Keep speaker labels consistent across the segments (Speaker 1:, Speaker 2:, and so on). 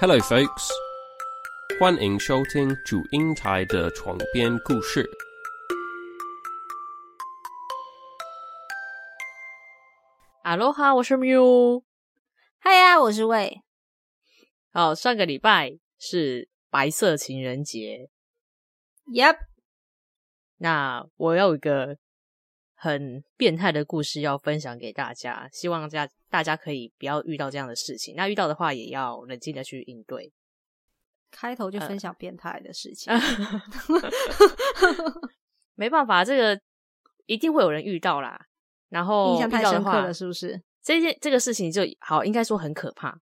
Speaker 1: Hello, folks！欢迎收听主英台的床边故事。
Speaker 2: 哈喽哈，我是 Miu。
Speaker 3: 嗨呀，我是魏。
Speaker 2: 好，上个礼拜是白色情人节，
Speaker 3: Yep，
Speaker 2: 那我有一个很变态的故事要分享给大家，希望大大家可以不要遇到这样的事情。那遇到的话，也要冷静的去应对。
Speaker 3: 开头
Speaker 2: 呃
Speaker 3: 就分享变态的 事情。
Speaker 2: 没办法，这个一定会有人遇到啦。然后
Speaker 3: 印象太
Speaker 2: 遇到哦的
Speaker 3: 深刻
Speaker 2: 话
Speaker 3: 了，，是不是？
Speaker 2: 这件这个事情就好，应该说很可怕。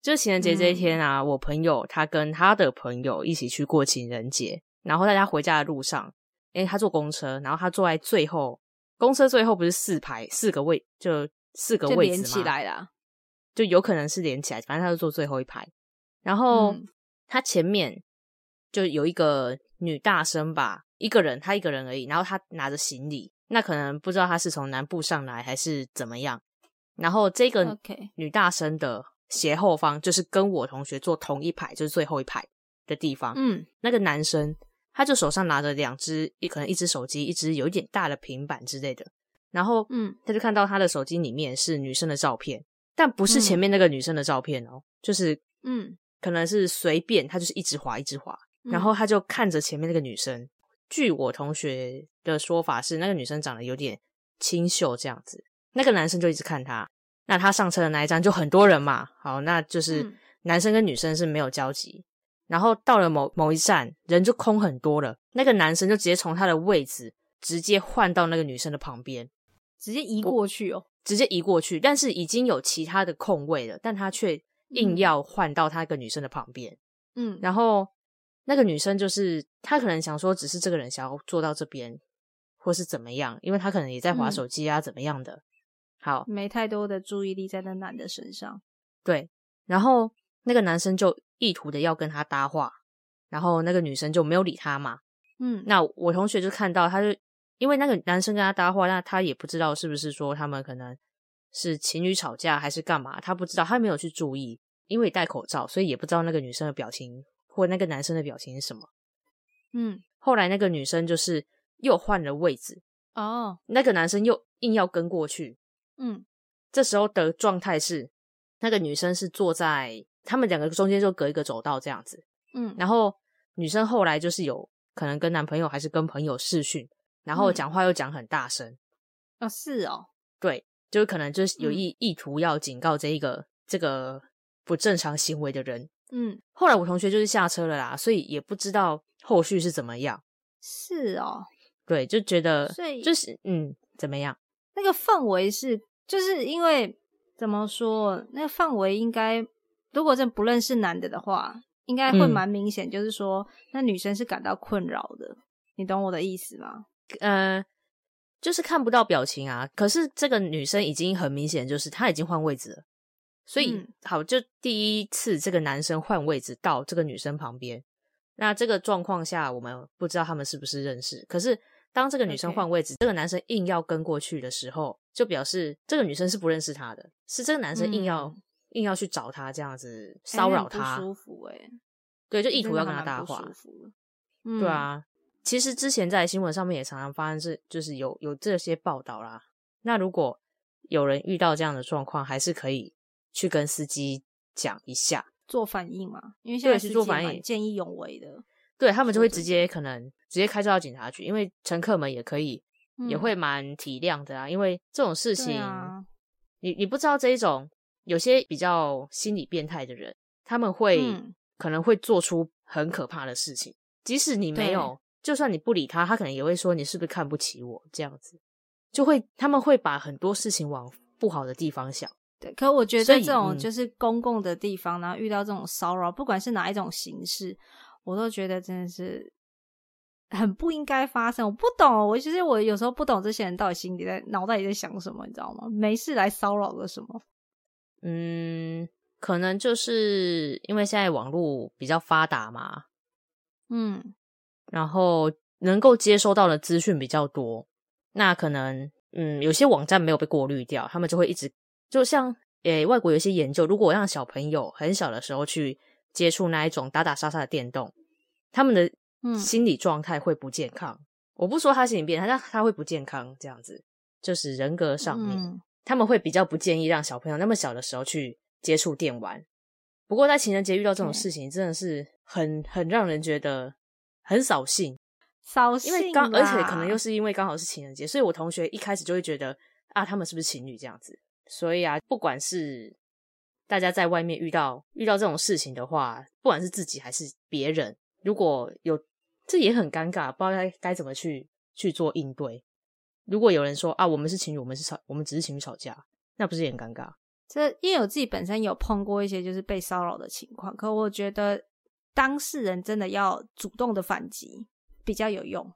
Speaker 2: 就是情人节这一天
Speaker 3: 嗯
Speaker 2: 啊，我朋友他跟他的朋友一起去过情人节，然后在他回家的路上，因为他坐公车，然后他坐在最后，公车最后不是四排四个位，就四个
Speaker 3: 就
Speaker 2: 位置
Speaker 3: 连
Speaker 2: 吗
Speaker 3: 起，来啦。
Speaker 2: 就有可能是连起来，反正他就坐最后一排。然后、
Speaker 3: 嗯
Speaker 2: 他前面就有一个女大生吧，一个人，她一个人而已。然后她拿着行李，那可能不知道她是从南部上来还是怎么样。然后这个
Speaker 3: OK
Speaker 2: 女大生的斜后方，就是跟我同学坐同一排，就是最后一排的地方。
Speaker 3: 嗯，
Speaker 2: 那个男生他就手上拿着两只，一可能一只手机，一只有一点大的平板之类的。然后，
Speaker 3: 嗯，
Speaker 2: 他就看到他的手机里面是女生的照片，但不是
Speaker 3: 嗯
Speaker 2: 前面那个女生的照片哦，就是，
Speaker 3: 嗯，
Speaker 2: 可能是随便，他就是一直滑，一直滑，
Speaker 3: 嗯
Speaker 2: 然后他就看着前面那个女生。据我同学的说法是，那个女生长得有点清秀这样子，那个男生就一直看她。那他上车的那一站就很多人嘛，好，那就是
Speaker 3: 嗯
Speaker 2: 男生跟女生是没有交集。然后到了某某一站，人就空很多了，那个男生就直接从他的位置直接换到那个女生的旁边，
Speaker 3: 直接移过去哦。
Speaker 2: 直接移过去，但是已经有其他的空位了，但他却硬
Speaker 3: 嗯
Speaker 2: 要换到他跟女生的旁边。
Speaker 3: 嗯，
Speaker 2: 然后那个女生就是她可能想说，只是这个人想要坐到这边，或是怎么样，因为她可能也在划
Speaker 3: 嗯
Speaker 2: 手机啊，怎么样的。好，
Speaker 3: 没太多的注意力在那男的身上。
Speaker 2: 对，然后那个男生就意图的要跟她搭话，然后那个女生就没有理他嘛。
Speaker 3: 嗯，
Speaker 2: 那我同学就看到，他就因为那个男生跟他搭话，那他也不知道是不是说他们可能是情侣吵架还是干嘛，他不知道，他没有去注意，因为戴口罩，所以也不知道那个女生的表情或那个男生的表情是什么。
Speaker 3: 嗯，
Speaker 2: 后来那个女生就是又换了位置，
Speaker 3: 哦，
Speaker 2: 那个男生又硬要跟过去。
Speaker 3: 嗯
Speaker 2: 这时候的状态是，那个女生是坐在他们两个中间就隔一个走道这样子。
Speaker 3: 嗯，
Speaker 2: 然后女生后来就是有可能跟男朋友还是跟朋友视讯，然后
Speaker 3: 嗯
Speaker 2: 讲话又讲很大声，
Speaker 3: 哦是哦，
Speaker 2: 对，就是可能就是
Speaker 3: 嗯
Speaker 2: 有意、意图要警告这一个这个不正常行为的人。
Speaker 3: 嗯
Speaker 2: 后来我同学就是下车了啦，所以也不知道后续是怎么样。
Speaker 3: 是哦，
Speaker 2: 对，就觉得
Speaker 3: 所以
Speaker 2: 就是嗯怎么样？
Speaker 3: 那个氛围是，就是因为怎么说，那个氛围应该，如果真不认识男的的话，应该会
Speaker 2: 嗯
Speaker 3: 蛮明显，就是说、那女生是感到困扰的，你懂我的意思吗？
Speaker 2: 呃，就是看不到表情啊。可是这个女生已经很明显，就是她已经换位置了。所以、
Speaker 3: 嗯
Speaker 2: 好，就第一次这个男生换位置到这个女生旁边，那这个状况下，我们不知道他们是不是认识。可是当这个女生
Speaker 3: OK
Speaker 2: 换位置这个男生硬要跟过去的时候，就表示这个女生是不认识他的，是这个男生硬要、
Speaker 3: 嗯
Speaker 2: 硬要去找她这样子
Speaker 3: 哎
Speaker 2: 骚
Speaker 3: 那
Speaker 2: 扰
Speaker 3: 很不
Speaker 2: 她，
Speaker 3: 舒服哎、
Speaker 2: 对，就意
Speaker 3: 真
Speaker 2: 图
Speaker 3: 的
Speaker 2: 要跟
Speaker 3: 还
Speaker 2: 她搭
Speaker 3: 蛮不
Speaker 2: 话
Speaker 3: 舒。服的嗯，
Speaker 2: 对，啊，其实之前在新闻上面也常常发生这，就是有有这些报道啦。那如果有人遇到这样的状况，还是可以去跟司机讲一下，
Speaker 3: 做反应嘛，因为现在
Speaker 2: 对
Speaker 3: 司
Speaker 2: 是
Speaker 3: 机
Speaker 2: 做
Speaker 3: 也
Speaker 2: 反
Speaker 3: 蛮
Speaker 2: 应
Speaker 3: 见义勇为的，
Speaker 2: 对他们就会
Speaker 3: 说真
Speaker 2: 直接可能直接开车到警察局，因为乘客们也可以、也
Speaker 3: 嗯
Speaker 2: 会蛮体谅的啊，因为这种事
Speaker 3: 对
Speaker 2: 情，
Speaker 3: 啊，
Speaker 2: 你你不知道这一种有些比较心理变态的人，他们会、
Speaker 3: 嗯
Speaker 2: 可能会做出很可怕的事情，即使你没
Speaker 3: 对
Speaker 2: 有，就算你不理他，他可能也会说你是不是看不起我这样子，就会他们会把很多事情往不好的地方想。
Speaker 3: 对，可我觉
Speaker 2: 所
Speaker 3: 得
Speaker 2: 以
Speaker 3: 这种
Speaker 2: 嗯
Speaker 3: 就是公共的地方，然后遇到这种骚扰，不管是哪一种形式，我都觉得真的是很不应该发生。我不懂，我其实我有时候不懂这些人到底心里在脑袋里在想什么，你知道吗？没事来骚扰个什么？
Speaker 2: 嗯，可能就是因为现在网络比较发达嘛，
Speaker 3: 嗯
Speaker 2: 然后能够接收到的资讯比较多，那可能嗯，有些网站没有被过滤掉，他们就会一直就像诶、外国有一些研究，如果让小朋友很小的时候去接触那一种打打杀杀的电动，他们的
Speaker 3: 嗯
Speaker 2: 心理状态会不健康。我不说他心理变态，但他会不健康，这样子就是人格上面。
Speaker 3: 嗯
Speaker 2: 他们会比较不建议让小朋友那么小的时候去接触电玩。不过在情人节遇到这种
Speaker 3: 对
Speaker 2: 事情，真的是很很让人觉得很扫兴，
Speaker 3: 扫
Speaker 2: 因
Speaker 3: 兴啦，
Speaker 2: 为刚而且可能又是因为刚好是情人节，所以我同学一开始就会觉得啊，他们是不是情侣这样子？所以啊，不管是大家在外面遇到遇到这种事情的话，不管是自己还是别人，如果有这也很尴尬，不知道该该怎么去去做应对。如果有人说啊，我们是情侣，我们是吵，我们只是情侣吵架，那不是也很尴尬？
Speaker 3: 这因为我自己本身有碰过一些就是被骚扰的情况，可我觉得当事人真的要主动的反击比较有用。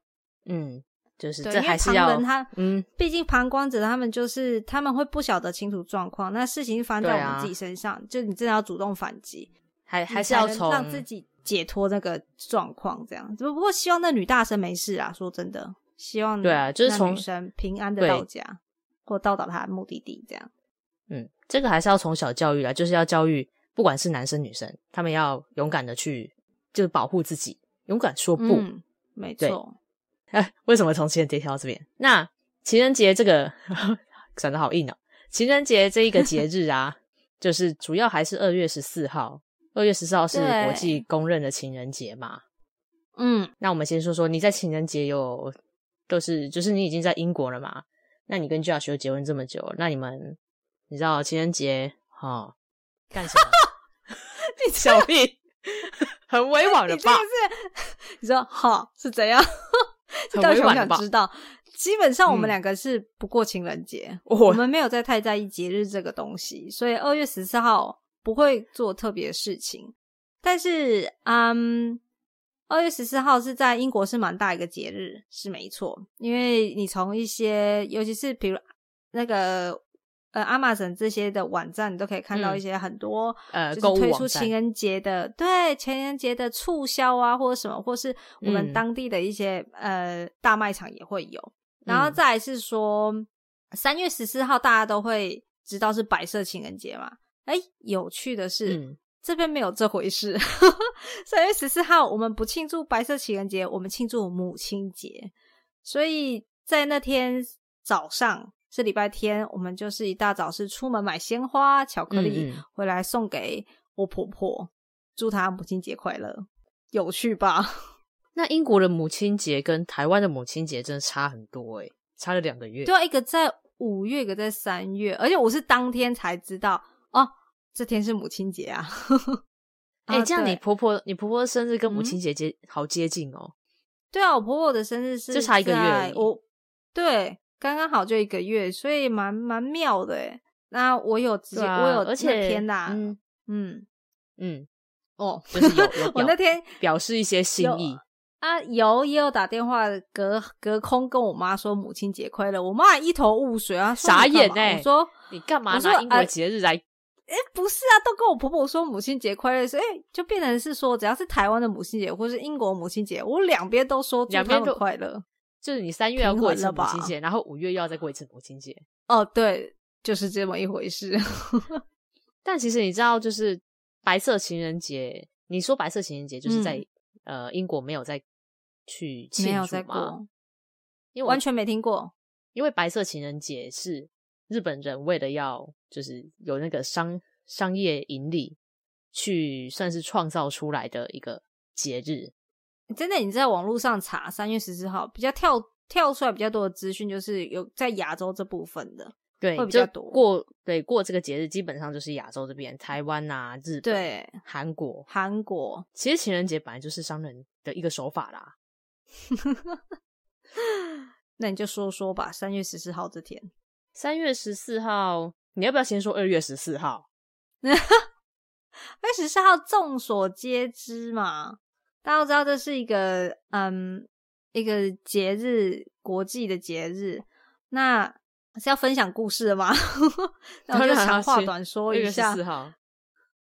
Speaker 2: 嗯，就是
Speaker 3: 对，
Speaker 2: 这
Speaker 3: 因为
Speaker 2: 还是
Speaker 3: 旁
Speaker 2: 要
Speaker 3: 人他，
Speaker 2: 嗯
Speaker 3: 嗯，毕竟旁观者他们就是他们会不晓得清楚状况，那事情发生
Speaker 2: 对
Speaker 3: 在
Speaker 2: 啊
Speaker 3: 我们自己身上，就你真的要主动反击，
Speaker 2: 还还
Speaker 3: 你
Speaker 2: 是
Speaker 3: 才
Speaker 2: 要
Speaker 3: 能
Speaker 2: 从
Speaker 3: 让自己解脱那个状况，这样。只不过希望那女大生没事啊，说真的，希望
Speaker 2: 对啊就是
Speaker 3: 那
Speaker 2: 从
Speaker 3: 女生平安的
Speaker 2: 对
Speaker 3: 到家或到达她的目的地，这样。
Speaker 2: 嗯，这个还是要从小教育啦，就是要教育，不管是男生女生，他们要勇敢的去，就是保护自己，勇敢说不。
Speaker 3: 嗯，没
Speaker 2: 对
Speaker 3: 错。
Speaker 2: 哎， 为什么从情人节跳到这边？那情人节这个 讲的好硬哦。情人节这一个节日啊，就是主要还是二月十四号，二月十四号是
Speaker 3: 对
Speaker 2: 国际公认的情人节嘛。
Speaker 3: 嗯，
Speaker 2: 那我们先说说你在情人节有，都是就是你已经在英国了嘛？那你跟 Josh 又结婚这么久，那你们你知道情人节哈、哦、干什么？ 小屁，很委婉的
Speaker 3: 你这
Speaker 2: 吧
Speaker 3: 个？是 你说哈是怎样？
Speaker 2: 很
Speaker 3: 到底
Speaker 2: 委
Speaker 3: 想不
Speaker 2: 婉
Speaker 3: 想
Speaker 2: 吧
Speaker 3: 知道？基本上我们
Speaker 2: 嗯
Speaker 3: 两个是不过情人节，
Speaker 2: 我
Speaker 3: 我们没有在太在意节日这个东西，所以二月十四号不会做特别事情。但是，嗯，二月十四号是在英国是蛮大一个节日，是没错，因为你从一些，尤其是比如那个呃 Amazon 这些的网站，你都可以看到
Speaker 2: 嗯
Speaker 3: 一些很多、
Speaker 2: 呃，
Speaker 3: 就
Speaker 2: 购
Speaker 3: 是
Speaker 2: 物
Speaker 3: 推
Speaker 2: 网
Speaker 3: 出
Speaker 2: 站
Speaker 3: 情，人节的，对情人节的促销啊，或者什么，或是我们
Speaker 2: 嗯
Speaker 3: 当地的一些、呃大卖场也会有。然后
Speaker 2: 嗯
Speaker 3: 再来是说，三月十四号大家都会知道是白色情人节嘛。哎，有趣的是，
Speaker 2: 嗯
Speaker 3: 这边没有这回事。 三月十四号我们不庆祝白色情人节，我们庆祝母亲节。所以在那天早上是礼拜天，我们就是一大早是出门买鲜花、巧克力，
Speaker 2: 嗯嗯
Speaker 3: 回来送给我婆婆，祝她母亲节快乐。有趣吧？
Speaker 2: 那英国的母亲节跟台湾的母亲节真的差很多诶、差了两个月。
Speaker 3: 对啊，一个在五月，一个在三月，而且我是当天才知道哦，这天是母亲节啊。
Speaker 2: 哎、
Speaker 3: 啊
Speaker 2: 这样你
Speaker 3: 对
Speaker 2: 婆婆你婆婆的生日跟母
Speaker 3: 嗯
Speaker 2: 亲节接、好接近哦。
Speaker 3: 对啊，我婆婆的生日是
Speaker 2: 就差一个月而
Speaker 3: 在
Speaker 2: 已
Speaker 3: 我对刚刚好就一个月，所以蛮蛮妙的诶。那我有直接、
Speaker 2: 对啊
Speaker 3: 我有
Speaker 2: 而且
Speaker 3: 那天啦、
Speaker 2: 嗯
Speaker 3: 嗯
Speaker 2: 嗯，
Speaker 3: 哦，
Speaker 2: 就是有有
Speaker 3: 我
Speaker 2: 有
Speaker 3: 那天
Speaker 2: 表示一些心
Speaker 3: 有
Speaker 2: 意。
Speaker 3: 啊，有也有打电话隔隔空跟我妈说母亲节快乐，我妈还一头雾水啊，说
Speaker 2: 傻
Speaker 3: 你干
Speaker 2: 眼
Speaker 3: 嘛
Speaker 2: 欸
Speaker 3: 我说，
Speaker 2: 你干嘛
Speaker 3: 我说
Speaker 2: 拿英国
Speaker 3: 呃
Speaker 2: 的节日来？
Speaker 3: 哎、不是啊，都跟我婆婆说母亲节快乐，所以就变成是说，只要是台湾的母亲节或是英国母亲节，我两边都说祝
Speaker 2: 两
Speaker 3: 他
Speaker 2: 边
Speaker 3: 们
Speaker 2: 都
Speaker 3: 快乐。
Speaker 2: 就是你三月要过一次
Speaker 3: 平
Speaker 2: 母
Speaker 3: 衡了吧
Speaker 2: 亲节，然后五月又要再过一次母亲节。
Speaker 3: 哦，对，就是这么一回事。
Speaker 2: 但其实你知道，就是白色情人节，你说白色情人节就是在、呃英国没有在去庆
Speaker 3: 嗯没有
Speaker 2: 祝
Speaker 3: 在
Speaker 2: 吗？
Speaker 3: 过，
Speaker 2: 因为我
Speaker 3: 完全没听过。
Speaker 2: 因为白色情人节是日本人为了要就是有那个商商业盈利，去算是创造出来的一个节日。
Speaker 3: 真的，你在网络上查三月十四号，比较跳跳出来比较多的资讯，就是有在亚洲这部分的。
Speaker 2: 对，
Speaker 3: 会比
Speaker 2: 就
Speaker 3: 较多
Speaker 2: 过对过这个节日，基本上就是亚洲这边，台湾啊、日本、
Speaker 3: 对
Speaker 2: 韩国。
Speaker 3: 韩国，
Speaker 2: 其实情人节本来就是商人的一个手法啦。
Speaker 3: 那你就说说吧，三月十四号这天。
Speaker 2: 三月十四号，你要不要先说二月十四号？
Speaker 3: 二十四号众所皆知嘛，大家都知道这是一个嗯一个节日，国际的节日。那是要分享故事的吗？ 那我就长话短说一下
Speaker 2: 二月十四。号，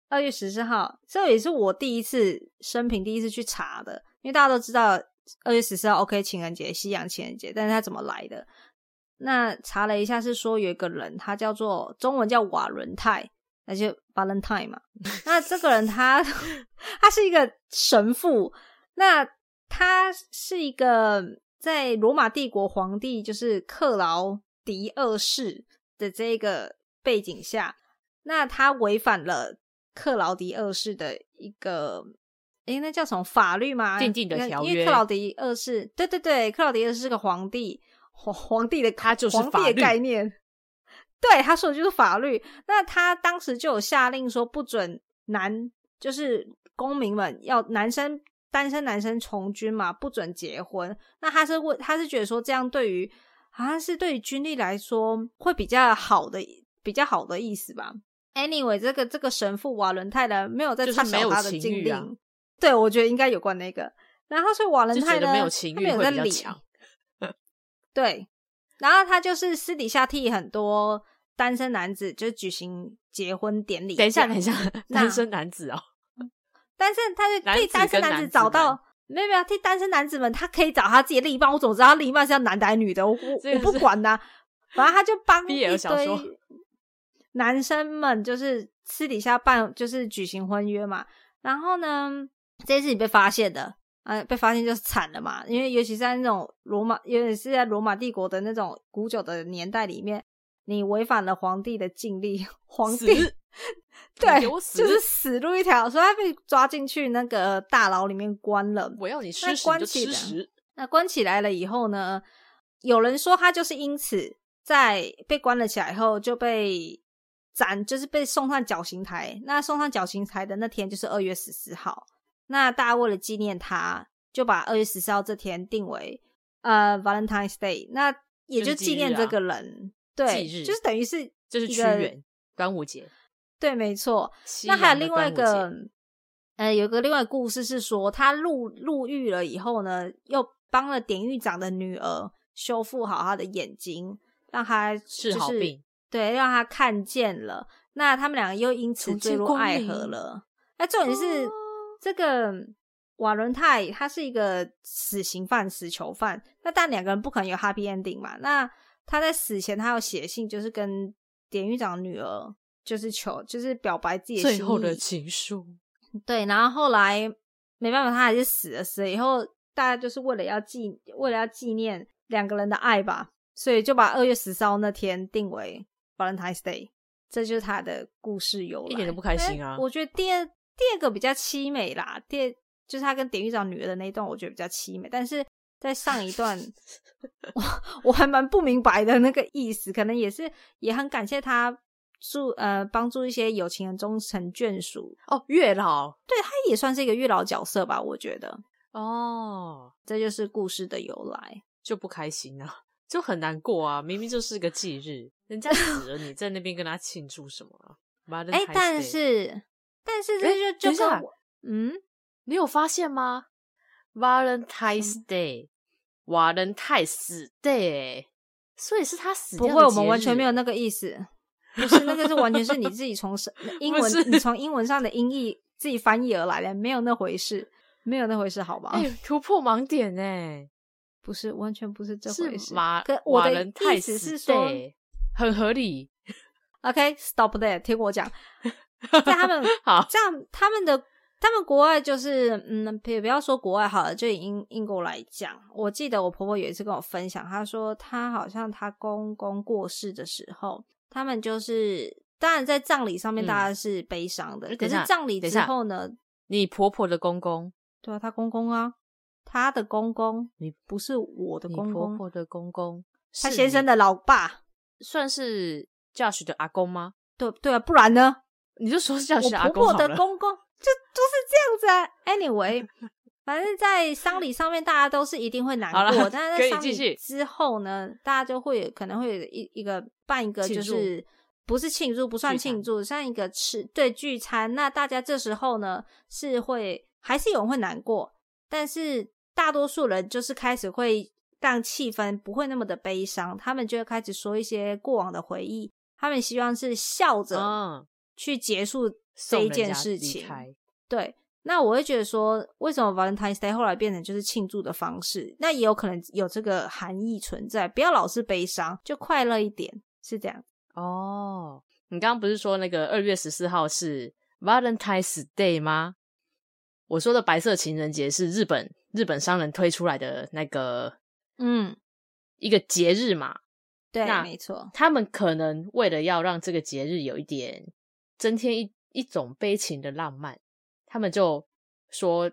Speaker 3: 二月十四号，这也是我第一次生平第一次去查的，因为大家都知道二月十四号 OK 情人节，西洋情人节，但是它怎么来的？那查了一下，是说有一个人，他叫做中文叫瓦伦泰，而且 Valentine 嘛。那这个人他 他是一个神父，那他是一个在罗马帝国皇帝就是克劳迪二世的这个背景下，那他违反了克劳迪二世的一个。诶，那叫什么法律吗？
Speaker 2: 禁忌的条约
Speaker 3: 因为克劳迪二世，对对对，克劳迪二世是个皇帝，皇皇帝的
Speaker 2: 他就是
Speaker 3: 皇
Speaker 2: 法
Speaker 3: 帝
Speaker 2: 律
Speaker 3: 的概念。 对，他说的就是法律。那他当时就有下令说，不准男就是公民们要男生单身男生从军嘛，不准结婚。那他是为他是觉得说这样对于好像是对于军力来说会比较好的比较好的意思吧。Anyway，这个这个神父瓦伦泰呢没有在
Speaker 2: 就是
Speaker 3: 插
Speaker 2: 没有
Speaker 3: 手他的
Speaker 2: 情
Speaker 3: 禁
Speaker 2: 欲
Speaker 3: 令，
Speaker 2: 啊
Speaker 3: 对我觉得应该有关那个。然后所以瓦伦
Speaker 2: 就觉
Speaker 3: 泰呢，
Speaker 2: 得没有情
Speaker 3: 他
Speaker 2: 欲
Speaker 3: 没有
Speaker 2: 会
Speaker 3: 在
Speaker 2: 比较
Speaker 3: 理
Speaker 2: 强。
Speaker 3: 对，然后他就是私底下替很多单身男子就举行结婚典礼。
Speaker 2: 等一下，等一下，
Speaker 3: 那
Speaker 2: 单身男子哦，
Speaker 3: 但是他就
Speaker 2: 男
Speaker 3: 替
Speaker 2: 子
Speaker 3: 单身
Speaker 2: 跟
Speaker 3: 男
Speaker 2: 男
Speaker 3: 子
Speaker 2: 子
Speaker 3: 找
Speaker 2: 们
Speaker 3: 到，没有没有，替单身男子们，他可以找他自己的另一半。我总知道他另一半是要男的还是女的， 我我
Speaker 2: 这
Speaker 3: 我
Speaker 2: 个
Speaker 3: 不
Speaker 2: 是
Speaker 3: 管呐、反正他就帮
Speaker 2: BL
Speaker 3: 一
Speaker 2: 小说
Speaker 3: 堆男生们，就是私底下办，就是举行婚约嘛。然后呢，这次你被发现的，呃，被发现就是惨了嘛。因为尤其是在那种罗马，尤其是在罗马帝国的那种古久的年代里面，你违反了皇帝的禁令， 皇
Speaker 2: 死
Speaker 3: 帝对，
Speaker 2: 你给我死
Speaker 3: 就是死路一条，所以他被抓进去那个大牢里面关了。
Speaker 2: 我要你吃
Speaker 3: 那
Speaker 2: 屎
Speaker 3: 关
Speaker 2: 你就
Speaker 3: 起
Speaker 2: 吃
Speaker 3: 来
Speaker 2: 屎，
Speaker 3: 那关起来了以后呢，有人说他就是因此在被关了起来以后就被斩，就是被送上绞刑台。那送上绞刑台的那天就是二月十四号。那大家为了纪念他，就把二月十四号这天定为呃 Valentine's Day，那也
Speaker 2: 就是
Speaker 3: 就
Speaker 2: 忌
Speaker 3: 纪念
Speaker 2: 日啊
Speaker 3: 这个人。对，
Speaker 2: 忌日
Speaker 3: 就是等于是
Speaker 2: 就是
Speaker 3: 一
Speaker 2: 屈
Speaker 3: 个
Speaker 2: 原端午节。
Speaker 3: 对，没错。
Speaker 2: 西
Speaker 3: 那还
Speaker 2: 洋
Speaker 3: 有
Speaker 2: 的
Speaker 3: 另外一
Speaker 2: 端午
Speaker 3: 个
Speaker 2: 节，
Speaker 3: 呃，有一个另外一个故事是说，他入入狱了以后呢，又帮了典狱长的女儿修复好她的眼睛，让她就是
Speaker 2: 好病，
Speaker 3: 对，让她看见了。那他们两个又因此
Speaker 2: 重
Speaker 3: 坠
Speaker 2: 见
Speaker 3: 入
Speaker 2: 光
Speaker 3: 爱
Speaker 2: 明
Speaker 3: 河了。那重点是、
Speaker 2: 哦
Speaker 3: 这个瓦伦泰他是一个死刑犯、死囚犯，那但两个人不可能有 happy ending 嘛。那他在死前，他有写信，就是跟典狱长的女儿，就是求，就是表白自己的
Speaker 2: 最
Speaker 3: 心
Speaker 2: 后的
Speaker 3: 意
Speaker 2: 情书，
Speaker 3: 对，然后后来没办法，他还是死了。死了以后，大家就是为了要纪，为了要纪念两个人的爱吧，所以就把二月十四号那天定为 Valentine's Day。这就是他的故事由来，
Speaker 2: 一点都不开心啊
Speaker 3: 但我觉得第二第二个比较凄美啦，第二就是他跟典狱长女儿的那一段，我觉得比较凄美。但是在上 一段，我我还蛮不明白的那个意思，可能也是也很感谢他助呃帮助一些有情人终成眷属，
Speaker 2: 哦，月老
Speaker 3: 也算是一个月老角色吧，我觉得
Speaker 2: 哦，
Speaker 3: 这就是故事的由来。
Speaker 2: 就不开心啊， 就很难过啊。明明就是个忌日，人家死了，你在那边跟他庆祝什么 啊？
Speaker 3: 哎、
Speaker 2: Valentine's Day
Speaker 3: 但是但是
Speaker 2: 哎
Speaker 3: 这就
Speaker 2: 等
Speaker 3: 就
Speaker 2: 一下
Speaker 3: 跟我嗯，
Speaker 2: 你有发现吗？Valentine's Day，瓦伦泰死 day，欸所以是他死
Speaker 3: 不
Speaker 2: 掉的
Speaker 3: 会，我们
Speaker 2: 节
Speaker 3: 完全
Speaker 2: 日
Speaker 3: 没有那个意思，不是那个是完全是你自己从是英
Speaker 2: 不是
Speaker 3: 文你从英文上的音译自己翻译而来的，没有那回事，没有那回事，好吧？
Speaker 2: 哎、突破盲点哎、
Speaker 3: 不是，完全不是这
Speaker 2: 是
Speaker 3: 回事。
Speaker 2: 瓦
Speaker 3: 可我
Speaker 2: 瓦
Speaker 3: 的
Speaker 2: 伦泰
Speaker 3: 意思
Speaker 2: 死
Speaker 3: 是说
Speaker 2: day，很合理。
Speaker 3: ，OK，stop、there，听我讲，在
Speaker 2: 在
Speaker 3: 他们
Speaker 2: 好，
Speaker 3: 这样他们的他们国外就是嗯，也不要说国外好了，就以英英国来讲，我记得我婆婆有一次跟我分享，她说她好像她公公过世的时候，他们就是当然在葬礼上面
Speaker 2: 嗯
Speaker 3: 大家是悲伤的，
Speaker 2: 哎
Speaker 3: 可
Speaker 2: 等一
Speaker 3: 是
Speaker 2: 下
Speaker 3: 葬礼
Speaker 2: 等一
Speaker 3: 之
Speaker 2: 下
Speaker 3: 后呢，
Speaker 2: 你婆婆的公公，
Speaker 3: 对啊，她公公啊，她的公公，
Speaker 2: 你
Speaker 3: 不是我的公
Speaker 2: 你婆
Speaker 3: 公，
Speaker 2: 婆的公公，
Speaker 3: 她
Speaker 2: 是
Speaker 3: 先
Speaker 2: 你
Speaker 3: 生的老爸，
Speaker 2: 算是 Josh 的阿公吗？
Speaker 3: 对对啊，不然呢？
Speaker 2: 你就说是
Speaker 3: 我
Speaker 2: Josh 的阿
Speaker 3: 婆
Speaker 2: 公
Speaker 3: 婆
Speaker 2: 好
Speaker 3: 的
Speaker 2: 了。
Speaker 3: 公公就就是这样子啊。Anyway，反正在丧礼上面大家都是一定会难
Speaker 2: 好了
Speaker 3: 过，但是
Speaker 2: 可
Speaker 3: 在
Speaker 2: 以
Speaker 3: 丧
Speaker 2: 继续
Speaker 3: 礼之后呢，大家就会有可能会有一一个办一个
Speaker 2: 庆
Speaker 3: 就
Speaker 2: 祝
Speaker 3: 是。不是庆祝，不算
Speaker 2: 聚餐
Speaker 3: 庆祝，像一个吃对聚餐。那大家这时候呢，是会还是有人会难过，但是大多数人就是开始会让气氛不会那么的悲伤，他们就会开始说一些过往的回忆，他们希望是笑着
Speaker 2: 嗯，
Speaker 3: 去结束这
Speaker 2: 送
Speaker 3: 一
Speaker 2: 人
Speaker 3: 件
Speaker 2: 家
Speaker 3: 事
Speaker 2: 离
Speaker 3: 情。
Speaker 2: 开
Speaker 3: 对，那我会觉得说，为什么 Valentine's Day 后来变成就是庆祝的方式？那也有可能有这个含义存在，不要老是悲伤，就快乐一点，是这样。
Speaker 2: 哦，你刚刚不是说那个二月十四号是 Valentine's Day 吗？我说的白色情人节是日本日本商人推出来的那个
Speaker 3: 嗯，
Speaker 2: 一个节日嘛，
Speaker 3: 对，
Speaker 2: 那
Speaker 3: 没错，
Speaker 2: 他们可能为了要让这个节日有一点增添一一种悲情的浪漫，他们就说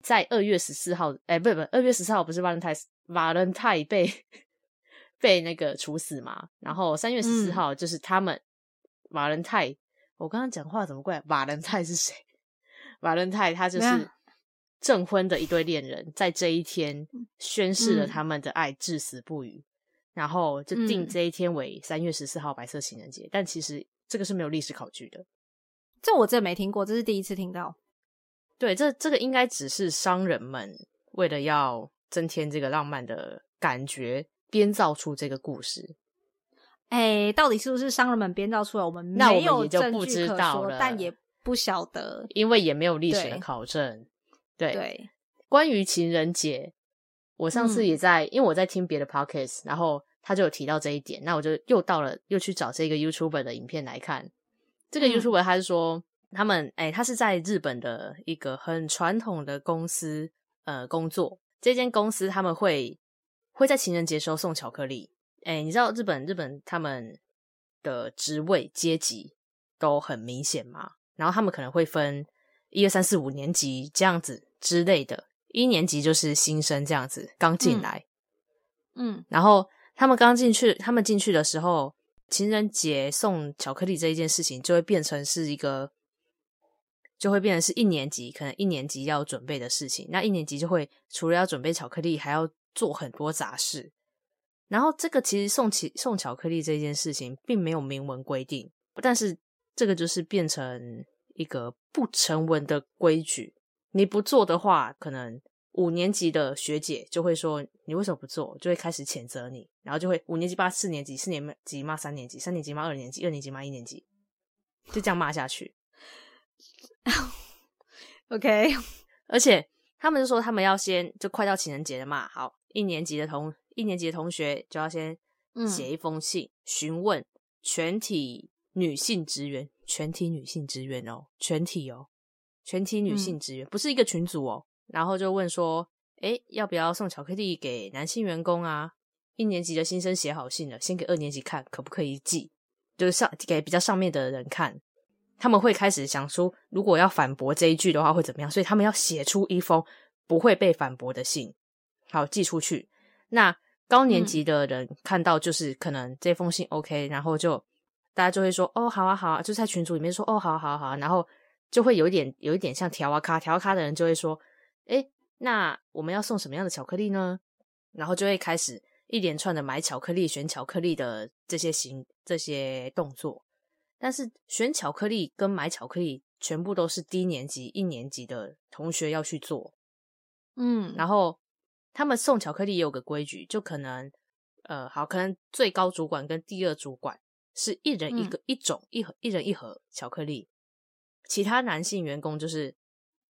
Speaker 2: 在二月十四号，哎、不不，二月十四号不是 Valentine Valentine 被被那个处死嘛？然后三月十四
Speaker 3: 嗯
Speaker 2: 号就是他们 Valentine，、我刚刚讲话怎么怪 Valentine 是谁？Valentine 他就
Speaker 3: 没
Speaker 2: 是
Speaker 3: 有
Speaker 2: 证婚的一对恋人，在这一天宣誓了
Speaker 3: 嗯
Speaker 2: 他们的爱，至死不渝。然后就定
Speaker 3: 嗯
Speaker 2: 这一天为三月十四号白色情人节，但其实这个是没有历史考据的。
Speaker 3: 这我真没听过，这是第一次听到。
Speaker 2: 对，这这个应该只是商人们为了要增添这个浪漫的感觉，编造出这个故事。
Speaker 3: 哎，到底是不是商人们编造出来？我们
Speaker 2: 那我
Speaker 3: 没
Speaker 2: 们
Speaker 3: 有
Speaker 2: 也就
Speaker 3: 证
Speaker 2: 不
Speaker 3: 据
Speaker 2: 知
Speaker 3: 可
Speaker 2: 道
Speaker 3: 说
Speaker 2: 了，
Speaker 3: 但也不晓得。
Speaker 2: 因为也没有历史的
Speaker 3: 对
Speaker 2: 考证。对，
Speaker 3: 对，
Speaker 2: 关于情人节，我上次
Speaker 3: 嗯
Speaker 2: 也在，因为我在听别的 podcast，然后他就有提到这一点，那我就又到了又去找这个 YouTuber 的影片来看。这个
Speaker 3: 嗯
Speaker 2: YouTuber 他是说，他们哎、他是在日本的一个很传统的公司呃工作，这间公司他们会会在情人节时候送巧克力。哎、你知道日本日本他们的职位阶级都很明显嘛，然后他们可能会分一二三四五年级这样子之类的，一年级就是新生这样子刚进
Speaker 3: 嗯
Speaker 2: 来，
Speaker 3: 嗯
Speaker 2: 然后他们刚进去，他们进去的时候，情人节送巧克力这一件事情就会变成是一个，就会变成是一年级可能一年级要准备的事情。那一年级就会除了要准备巧克力，还要做很多杂事。然后这个其实送起送巧克力这件事情并没有明文规定，但是这个就是变成一个不成文的规矩。你不做的话，可能五年级的学姐就会说你为什么不做，就会开始谴责你，然后就会五年级骂四年级，四年级骂三年级，三年级骂二年级，二年级骂一年级，就这样骂下去。
Speaker 3: ，OK，
Speaker 2: 而且他们就说他们要先就快到情人节了嘛，好，一年级的同一年级的同学就要先
Speaker 3: 嗯
Speaker 2: 写一封信、询问全体女性职员，全体女性职员哦，全体哦，全体女性职员、不是一个群组哦，然后就问说，诶，要不要送巧克力给男性员工啊？一年级的新生写好信了，先给二年级看，可不可以寄？就是上给比较上面的人看，他们会开始想出，如果要反驳这一句的话会怎么样，所以他们要写出一封不会被反驳的信，好寄出去。那高年级的人看到，就是可能这封信 OK，、然后就大家就会说哦，好啊，好啊，就在群组里面说哦，好啊，好啊，好啊，然后就会有一点有一点像调啊咖，调啊咖的人就会说，诶，那我们要送什么样的巧克力呢？然后就会开始一连串的买巧克力、选巧克力的这些行这些动作。但是选巧克力跟买巧克力全部都是低年级、一年级的同学要去做，
Speaker 3: 嗯，
Speaker 2: 然后他们送巧克力也有个规矩，就可能呃，好，可能最高主管跟第二主管是一人一个、一种一盒一人一盒巧克力，其他男性员工就是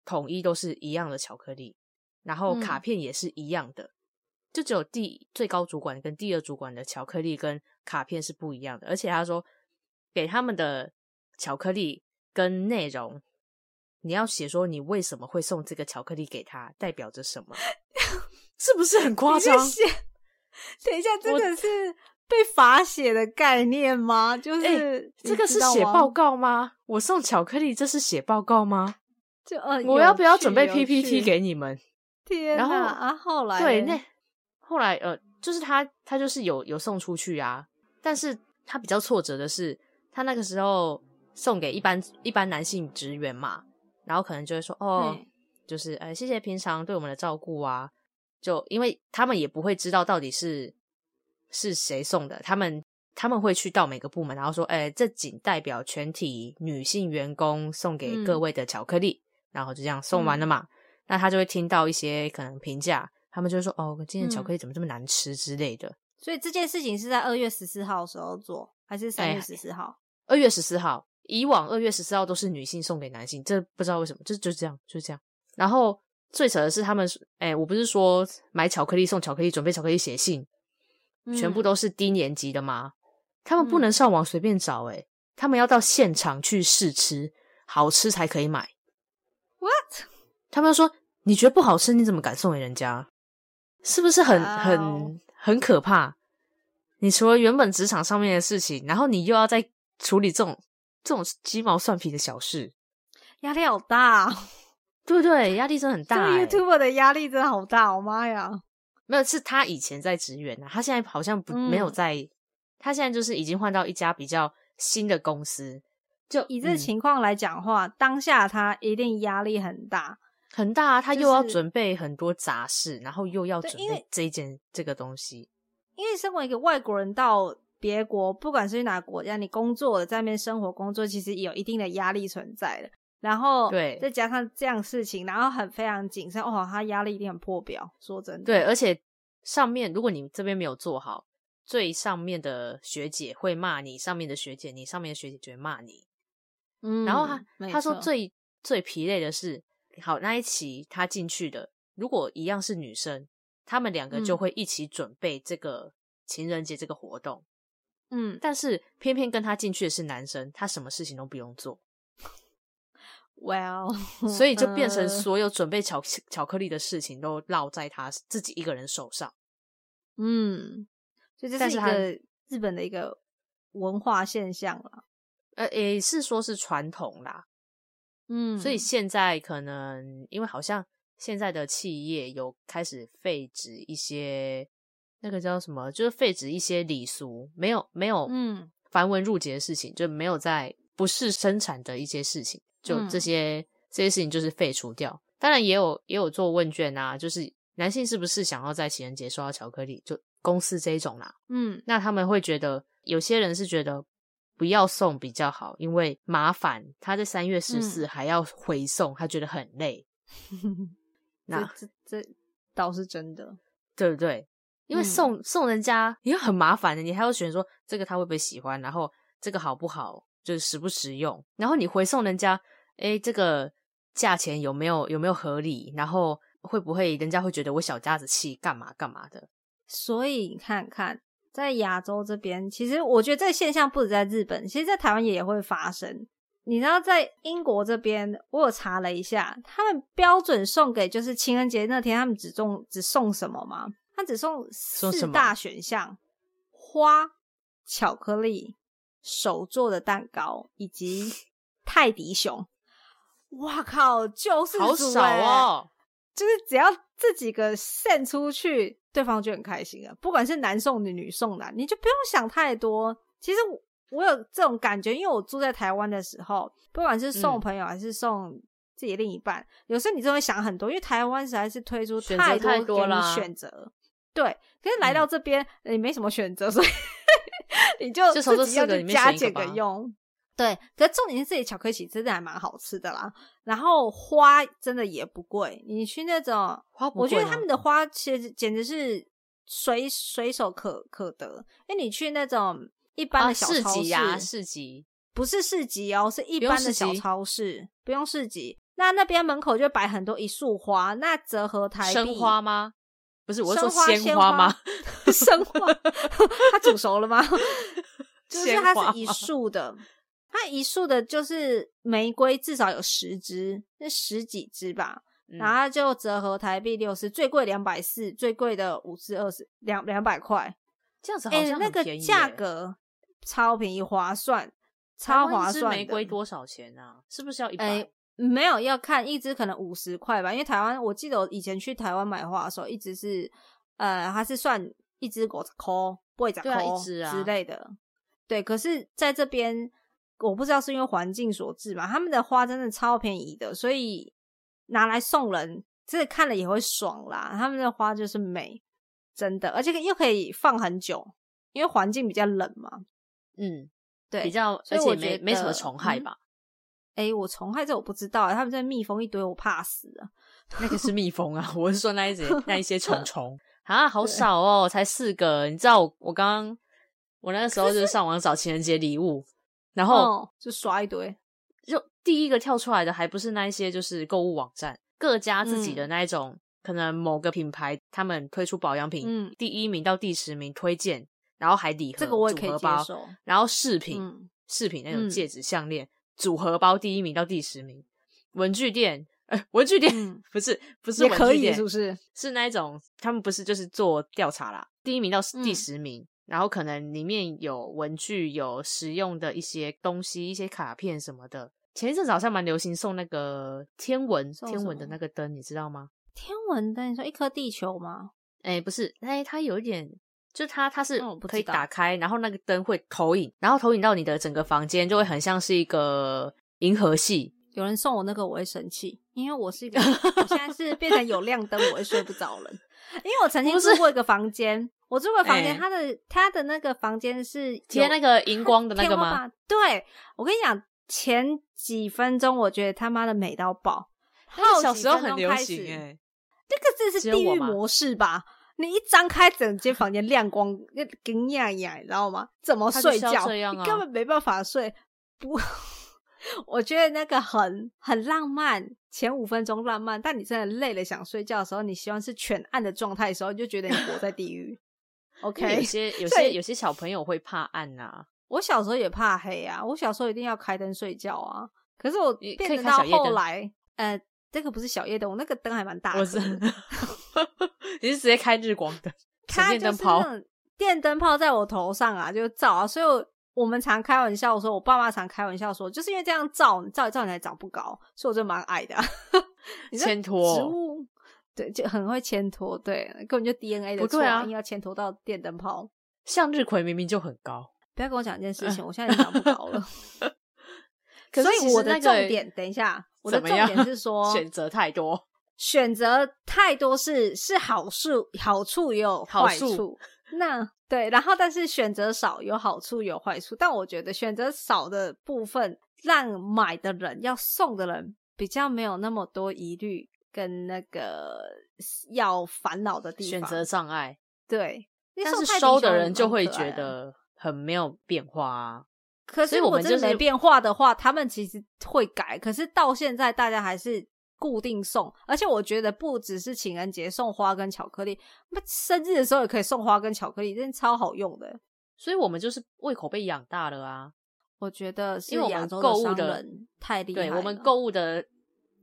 Speaker 2: 统一都是一样的巧克力，然后卡
Speaker 3: 嗯
Speaker 2: 片也是一样的，就只有第最高主管跟第二主管的巧克力跟卡片是不一样的，而且他说给他们的巧克力跟内容。你要写说你为什么会送这个巧克力给他，代表着 什么？是不是很夸
Speaker 3: 你这
Speaker 2: 张？
Speaker 3: 写，等一下，这
Speaker 2: 我
Speaker 3: 个是被罚写的概念吗？就是、
Speaker 2: 哎
Speaker 3: 你
Speaker 2: 这个
Speaker 3: 知
Speaker 2: 是
Speaker 3: 道
Speaker 2: 写
Speaker 3: 吗
Speaker 2: 报，告吗？我送巧克力，这是写报告吗？
Speaker 3: 就呃，
Speaker 2: 我要不要
Speaker 3: 有趣
Speaker 2: 准备
Speaker 3: 有
Speaker 2: PPT
Speaker 3: 趣
Speaker 2: 给你们？
Speaker 3: 天
Speaker 2: 然后
Speaker 3: 哪啊，后来
Speaker 2: 对，
Speaker 3: 嘞
Speaker 2: 那后来呃，就是他他就是有有送出去啊，但是他比较挫折的是，他那个时候送给一般一般男性职员嘛，然后可能就会说哦，
Speaker 3: 嗯
Speaker 2: 就是呃，谢谢平常对我们的照顾啊。就因为他们也不会知道到底是是谁送的，他们他们会去到每个部门，然后说，哎、这仅代表全体女性员工送给各
Speaker 3: 嗯
Speaker 2: 位的巧克力，然后就这样送完了嘛。那他就会听到一些可能评价，他们就会说，哦，今天的巧克力怎么这么难吃之类的。
Speaker 3: 所以这件事情是在二月十四号的时候做，还是三
Speaker 2: 哎
Speaker 3: 月十四号？
Speaker 2: 二、月十四号，以往二月十四号都是女性送给男性，这不知道为什么，就就这样，就这样。然后最扯的是，他们是，哎、我不是说买巧克力送巧克力，准备巧克力写信，全部
Speaker 3: 嗯
Speaker 2: 都是低年级的吗？他们不
Speaker 3: 嗯
Speaker 2: 能上网随便找、欸，他们要到现场去试吃，好吃才可以买。
Speaker 3: What？
Speaker 2: 他们说你觉得不好吃，你怎么敢送给人家？是不是很
Speaker 3: 哇哦
Speaker 2: 很很可怕？你除了原本职场上面的事情，然后你又要再处理这种这种鸡毛蒜皮的小事，
Speaker 3: 压力好 大、哦，
Speaker 2: 对不对？压力真的很
Speaker 3: 这
Speaker 2: 大、
Speaker 3: 个
Speaker 2: 欸。
Speaker 3: YouTuber 的压力真的好大、我妈呀！
Speaker 2: 没有，是他以前在职员啊，他现在好像不、
Speaker 3: 嗯
Speaker 2: 没有在，他现在就是已经换到一家比较新的公司，就
Speaker 3: 以这
Speaker 2: 嗯
Speaker 3: 情况来讲话，当下他一定压力很大，
Speaker 2: 很大、啊，他
Speaker 3: 就
Speaker 2: 又要
Speaker 3: 是
Speaker 2: 准备很多杂事，然后又要
Speaker 3: 对
Speaker 2: 准
Speaker 3: 因
Speaker 2: 备
Speaker 3: 为
Speaker 2: 这一件这个东西，
Speaker 3: 因为身为一个外国人到别国，不管是去哪个国家，你工作了在那边生活工作，其实有一定的压力存在的。然后
Speaker 2: 对
Speaker 3: 再加上这样的事情，然后很非常谨慎，哦，他压力一定很破表。说真的，
Speaker 2: 对，而且上面如果你这边没有做好，最上面的学姐会骂你，上面的学姐，你上面的学姐就会骂你，
Speaker 3: 嗯
Speaker 2: 然后他、
Speaker 3: 没
Speaker 2: 他说
Speaker 3: 错
Speaker 2: 最最疲累的是，好那一期他进去的，如果一样是女生，他们两个就
Speaker 3: 嗯
Speaker 2: 会一起准备这个情人节这个活动。
Speaker 3: 嗯，
Speaker 2: 但是偏偏跟他进去的是男生，他什么事情都不用做，
Speaker 3: Well，
Speaker 2: 哦所以就变成
Speaker 3: 呃
Speaker 2: 所有准备巧巧克力的事情都落在他自己一个人手上。
Speaker 3: 嗯，所以这
Speaker 2: 但
Speaker 3: 是一
Speaker 2: 是他
Speaker 3: 个日本的一个文化现象了。
Speaker 2: 呃，也是说是传统啦，
Speaker 3: 嗯
Speaker 2: 所以现在可能因为好像现在的企业有开始废止一些那个叫什么，就是废止一些礼俗，没有没有
Speaker 3: 嗯
Speaker 2: 繁文缛节的事情，就没有在不是生产的一些事情，就
Speaker 3: 嗯
Speaker 2: 这些、这些事情就是废除掉。当然也有也有做问卷啊，就是男性是不是想要在情人节收到巧克力，就公司这一种啦、
Speaker 3: 嗯
Speaker 2: 那他们会觉得，有些人是觉得不要送比较好，因为麻烦。他在三月十
Speaker 3: 嗯
Speaker 2: 四还要回送，他觉得很累， 那
Speaker 3: 这这这倒是真的。
Speaker 2: 对不对？因为
Speaker 3: 嗯
Speaker 2: 送、送人家也很麻烦的，你还要选说这个他会不会喜欢，然后这个好不好，就是实不实用，然后你回送人家，诶，这个价钱有没有有没有合理，然后会不会人家会觉得我小家子气，干嘛干嘛的？
Speaker 3: 所以你看看，在亚洲这边，其实我觉得这个现象不止在日本，其实在台湾也会发生。你知道，在英国这边，我有查了一下，他们标准送给就是情人节那天，他们只送只送什么吗？他只送
Speaker 2: 送什
Speaker 3: 四
Speaker 2: 么
Speaker 3: 大选项：花、巧克力、手做的蛋糕以及泰迪熊。哇靠，救世主、欸！
Speaker 2: 好少哦，
Speaker 3: 就是只要这几个献出去，对方就很开心了。不管是男送女、女送男，你就不用想太多。其实我我有这种感觉，因为我住在台湾的时候，不管是送
Speaker 2: 嗯
Speaker 3: 朋友还是送自己另一半，有时候你真的会想很多，因为台湾实在是推出
Speaker 2: 选择
Speaker 3: 太多
Speaker 2: 太多
Speaker 3: 给你
Speaker 2: 啦嗯
Speaker 3: 选择。对，可是来到这边、你没什么选 择，所以你就
Speaker 2: 就从这
Speaker 3: 自己要
Speaker 2: 四个
Speaker 3: 去
Speaker 2: 里面
Speaker 3: 加
Speaker 2: 选一个
Speaker 3: 减个
Speaker 2: 吧
Speaker 3: 用。对，可是重点是自己巧克力真的还蛮好吃的啦，然后花真的也不贵，你去那种
Speaker 2: 花不
Speaker 3: 我觉得
Speaker 2: 贵
Speaker 3: 他
Speaker 2: 吗
Speaker 3: 们的花其实简直是随随手可可得。哎，你去那种一般
Speaker 2: 啊
Speaker 3: 的小
Speaker 2: 市
Speaker 3: 超
Speaker 2: 集
Speaker 3: 市，
Speaker 2: 呀、市集，
Speaker 3: 不是市集哦，是一
Speaker 2: 不用
Speaker 3: 般的
Speaker 2: 市
Speaker 3: 小
Speaker 2: 集
Speaker 3: 超市，不用市集。那那边门口就摆很多一束花，那折合台币
Speaker 2: 生花吗？不是，我是
Speaker 3: 生
Speaker 2: 说
Speaker 3: 花
Speaker 2: 鲜花吗？？
Speaker 3: 生花，它煮熟了吗？ 就是
Speaker 2: 鲜花
Speaker 3: 它
Speaker 2: 吗
Speaker 3: 是一束的，它一束的就是玫瑰，至少有十支，那十几支吧。
Speaker 2: 嗯
Speaker 3: 然后它就折合台币六十，最贵两百四，最贵的五至二十，两两百块。
Speaker 2: 这样子好
Speaker 3: 哎、
Speaker 2: 像
Speaker 3: 那
Speaker 2: 很
Speaker 3: 个
Speaker 2: 便宜
Speaker 3: 价
Speaker 2: 耶，
Speaker 3: 格超便宜，划算，
Speaker 2: 台
Speaker 3: 超
Speaker 2: 湾一
Speaker 3: 划
Speaker 2: 支
Speaker 3: 算的。
Speaker 2: 玫瑰多少钱啊？是不是要一百、
Speaker 3: 哎没有要看一支可能五十块吧，因为台湾我记得我以前去台湾买花的时候，一直是呃，它是算一支五十块、八十
Speaker 2: 对啊
Speaker 3: 块
Speaker 2: 一支啊
Speaker 3: 之类的。对，可是在这边我不知道是因为环境所致嘛，他们的花真的超便宜的，所以拿来送人，真的看了也会爽啦。他们的花就是美，真的，而且又可以放很久，因为环境比较冷嘛。
Speaker 2: 嗯，
Speaker 3: 对，
Speaker 2: 比较，而
Speaker 3: 所以
Speaker 2: 且
Speaker 3: 我
Speaker 2: 没
Speaker 3: 觉
Speaker 2: 没什么
Speaker 3: 得
Speaker 2: 虫害
Speaker 3: 嗯
Speaker 2: 吧？
Speaker 3: 哎、我虫害这我不知道，啊他们在蜜蜂一堆，我怕死啊了。
Speaker 2: 那个是蜜蜂啊， 我是说那一些那一些 虫虫啊，好少哦，才四个。你知道我我刚刚我那个时候就是上网找情人节礼物，然后
Speaker 3: 哦、就刷一堆，
Speaker 2: 就第一个跳出来的还不是那一些就是购物网站，各家自己的那一种，可能某个品牌他们推出保养品，
Speaker 3: 嗯
Speaker 2: 第一名到第十名推荐，然后还礼盒
Speaker 3: 这个我也可以
Speaker 2: 组合
Speaker 3: 接
Speaker 2: 包，
Speaker 3: 受。
Speaker 2: 然后饰品、
Speaker 3: 嗯，
Speaker 2: 饰品那种
Speaker 3: 嗯
Speaker 2: 戒指、项链、组合包第一名到第十名，文具店，呃，文具店、
Speaker 3: 嗯
Speaker 2: 不是不是
Speaker 3: 也
Speaker 2: 文
Speaker 3: 可
Speaker 2: 具
Speaker 3: 以
Speaker 2: 店，
Speaker 3: 是不是？
Speaker 2: 是那一种，他们不是就是做调查啦，第一名到第
Speaker 3: 嗯
Speaker 2: 十名，然后可能里面有文具、有实用的一些东西、一些卡片什么的。前一阵子好像蛮流行送那个天文
Speaker 3: 送
Speaker 2: 天
Speaker 3: 什
Speaker 2: 文的
Speaker 3: 么
Speaker 2: 那个灯，你知道吗？
Speaker 3: 天文灯，你说一颗地球吗？
Speaker 2: 哎、不是，哎、它有一点，就它它是
Speaker 3: 嗯我不
Speaker 2: 可以
Speaker 3: 知道
Speaker 2: 打开，然后那个灯会投影，然后投影到你的整个房间，就会很像是一个银河系。
Speaker 3: 有人送我那个，我会生气，因为我是一个，我现在是变成有亮灯，我会睡不着人。因为我曾经
Speaker 2: 不是
Speaker 3: 住过一个房间，我住过房间，
Speaker 2: 哎
Speaker 3: 它的它的那个房间是
Speaker 2: 贴
Speaker 3: 有
Speaker 2: 那个荧光的那
Speaker 3: 天
Speaker 2: 个
Speaker 3: 花
Speaker 2: 吗？
Speaker 3: 板？对，我跟你讲，前几分钟我觉得他妈的美到爆，
Speaker 2: 那
Speaker 3: 后
Speaker 2: 个小
Speaker 3: 几
Speaker 2: 时候
Speaker 3: 分
Speaker 2: 很
Speaker 3: 钟
Speaker 2: 流
Speaker 3: 开
Speaker 2: 行
Speaker 3: 始
Speaker 2: 哎、
Speaker 3: 这个真的
Speaker 2: 只
Speaker 3: 是
Speaker 2: 有
Speaker 3: 地
Speaker 2: 我
Speaker 3: 狱
Speaker 2: 吗
Speaker 3: 模式吧？你一张开，整间房间亮光，那跟呀呀，你知道吗？怎么
Speaker 2: 他就
Speaker 3: 睡
Speaker 2: 是要
Speaker 3: 觉？
Speaker 2: 这样啊
Speaker 3: 你根本没办法睡。不， 我觉得那个很很浪漫，前五分钟浪漫，但你真的累了想睡觉的时候，你希望是全暗的状态的时候，你就觉得你活在 地狱。
Speaker 2: 因为
Speaker 3: OK，
Speaker 2: 有些有
Speaker 3: 所
Speaker 2: 些
Speaker 3: 以
Speaker 2: 有些小朋友会怕暗呐、啊，
Speaker 3: 我小时候也怕黑啊，我小时候一定要开灯睡觉啊。可是我
Speaker 2: 你
Speaker 3: 变
Speaker 2: 可以
Speaker 3: 成
Speaker 2: 开
Speaker 3: 到
Speaker 2: 小夜
Speaker 3: 后
Speaker 2: 灯
Speaker 3: 来，呃，这个不是小夜灯，我那个灯还蛮大的。
Speaker 2: 我是你是直接开日光灯， 闪
Speaker 3: 它
Speaker 2: 电
Speaker 3: 就
Speaker 2: 灯
Speaker 3: 是
Speaker 2: 泡
Speaker 3: 那，种电灯泡在我头上啊，就照啊，所以我我们常开玩笑说，我爸妈常开玩笑说，就是因为这样照，照一照你才长不高，所以我就蛮矮的啊、 你这
Speaker 2: 牵拖哦
Speaker 3: 植物，对，就很会牵拖，对，根本就 DNA 的
Speaker 2: 不
Speaker 3: 错、
Speaker 2: 对啊
Speaker 3: 硬要牵拖到电灯泡。
Speaker 2: 向日葵明明就很高，
Speaker 3: 不要跟我讲一件
Speaker 2: 呃
Speaker 3: 事情，我现在也长不高了。
Speaker 2: 可是
Speaker 3: 所
Speaker 2: 其
Speaker 3: 以
Speaker 2: 实
Speaker 3: 我的
Speaker 2: 那个
Speaker 3: 重点，等一下，我的
Speaker 2: 怎么
Speaker 3: 重
Speaker 2: 样
Speaker 3: 点是说，
Speaker 2: 选择太多，
Speaker 3: 选择太多是是好处，好处也有坏
Speaker 2: 好
Speaker 3: 处
Speaker 2: 处。
Speaker 3: 那对，然后但是选择少有好处有坏处，但我觉得选择少的部分，让买的人要送的人比较没有那么多疑虑跟那个要烦恼的地
Speaker 2: 选
Speaker 3: 方。
Speaker 2: 择障碍，
Speaker 3: 对，因为
Speaker 2: 但是
Speaker 3: 太平
Speaker 2: 收
Speaker 3: 熊
Speaker 2: 的
Speaker 3: 也
Speaker 2: 人就
Speaker 3: 蛮
Speaker 2: 会
Speaker 3: 可爱
Speaker 2: 觉
Speaker 3: 啊
Speaker 2: 得很没有变化啊。
Speaker 3: 可
Speaker 2: 所以
Speaker 3: 是
Speaker 2: 我
Speaker 3: 如
Speaker 2: 们
Speaker 3: 果真
Speaker 2: 就
Speaker 3: 的没
Speaker 2: 是
Speaker 3: 变化的话，他们其实会改。可是到现在，大家还是固定送，而且我觉得不只是情人节送花跟巧克力，那生日的时候也可以送花跟巧克力，真的超好用的。
Speaker 2: 所以我们就是胃口被养大了啊。
Speaker 3: 我觉得是
Speaker 2: 因为我
Speaker 3: 亚
Speaker 2: 们
Speaker 3: 洲
Speaker 2: 购物
Speaker 3: 商
Speaker 2: 的
Speaker 3: 人太厉害
Speaker 2: 对
Speaker 3: 了，
Speaker 2: 我们购物的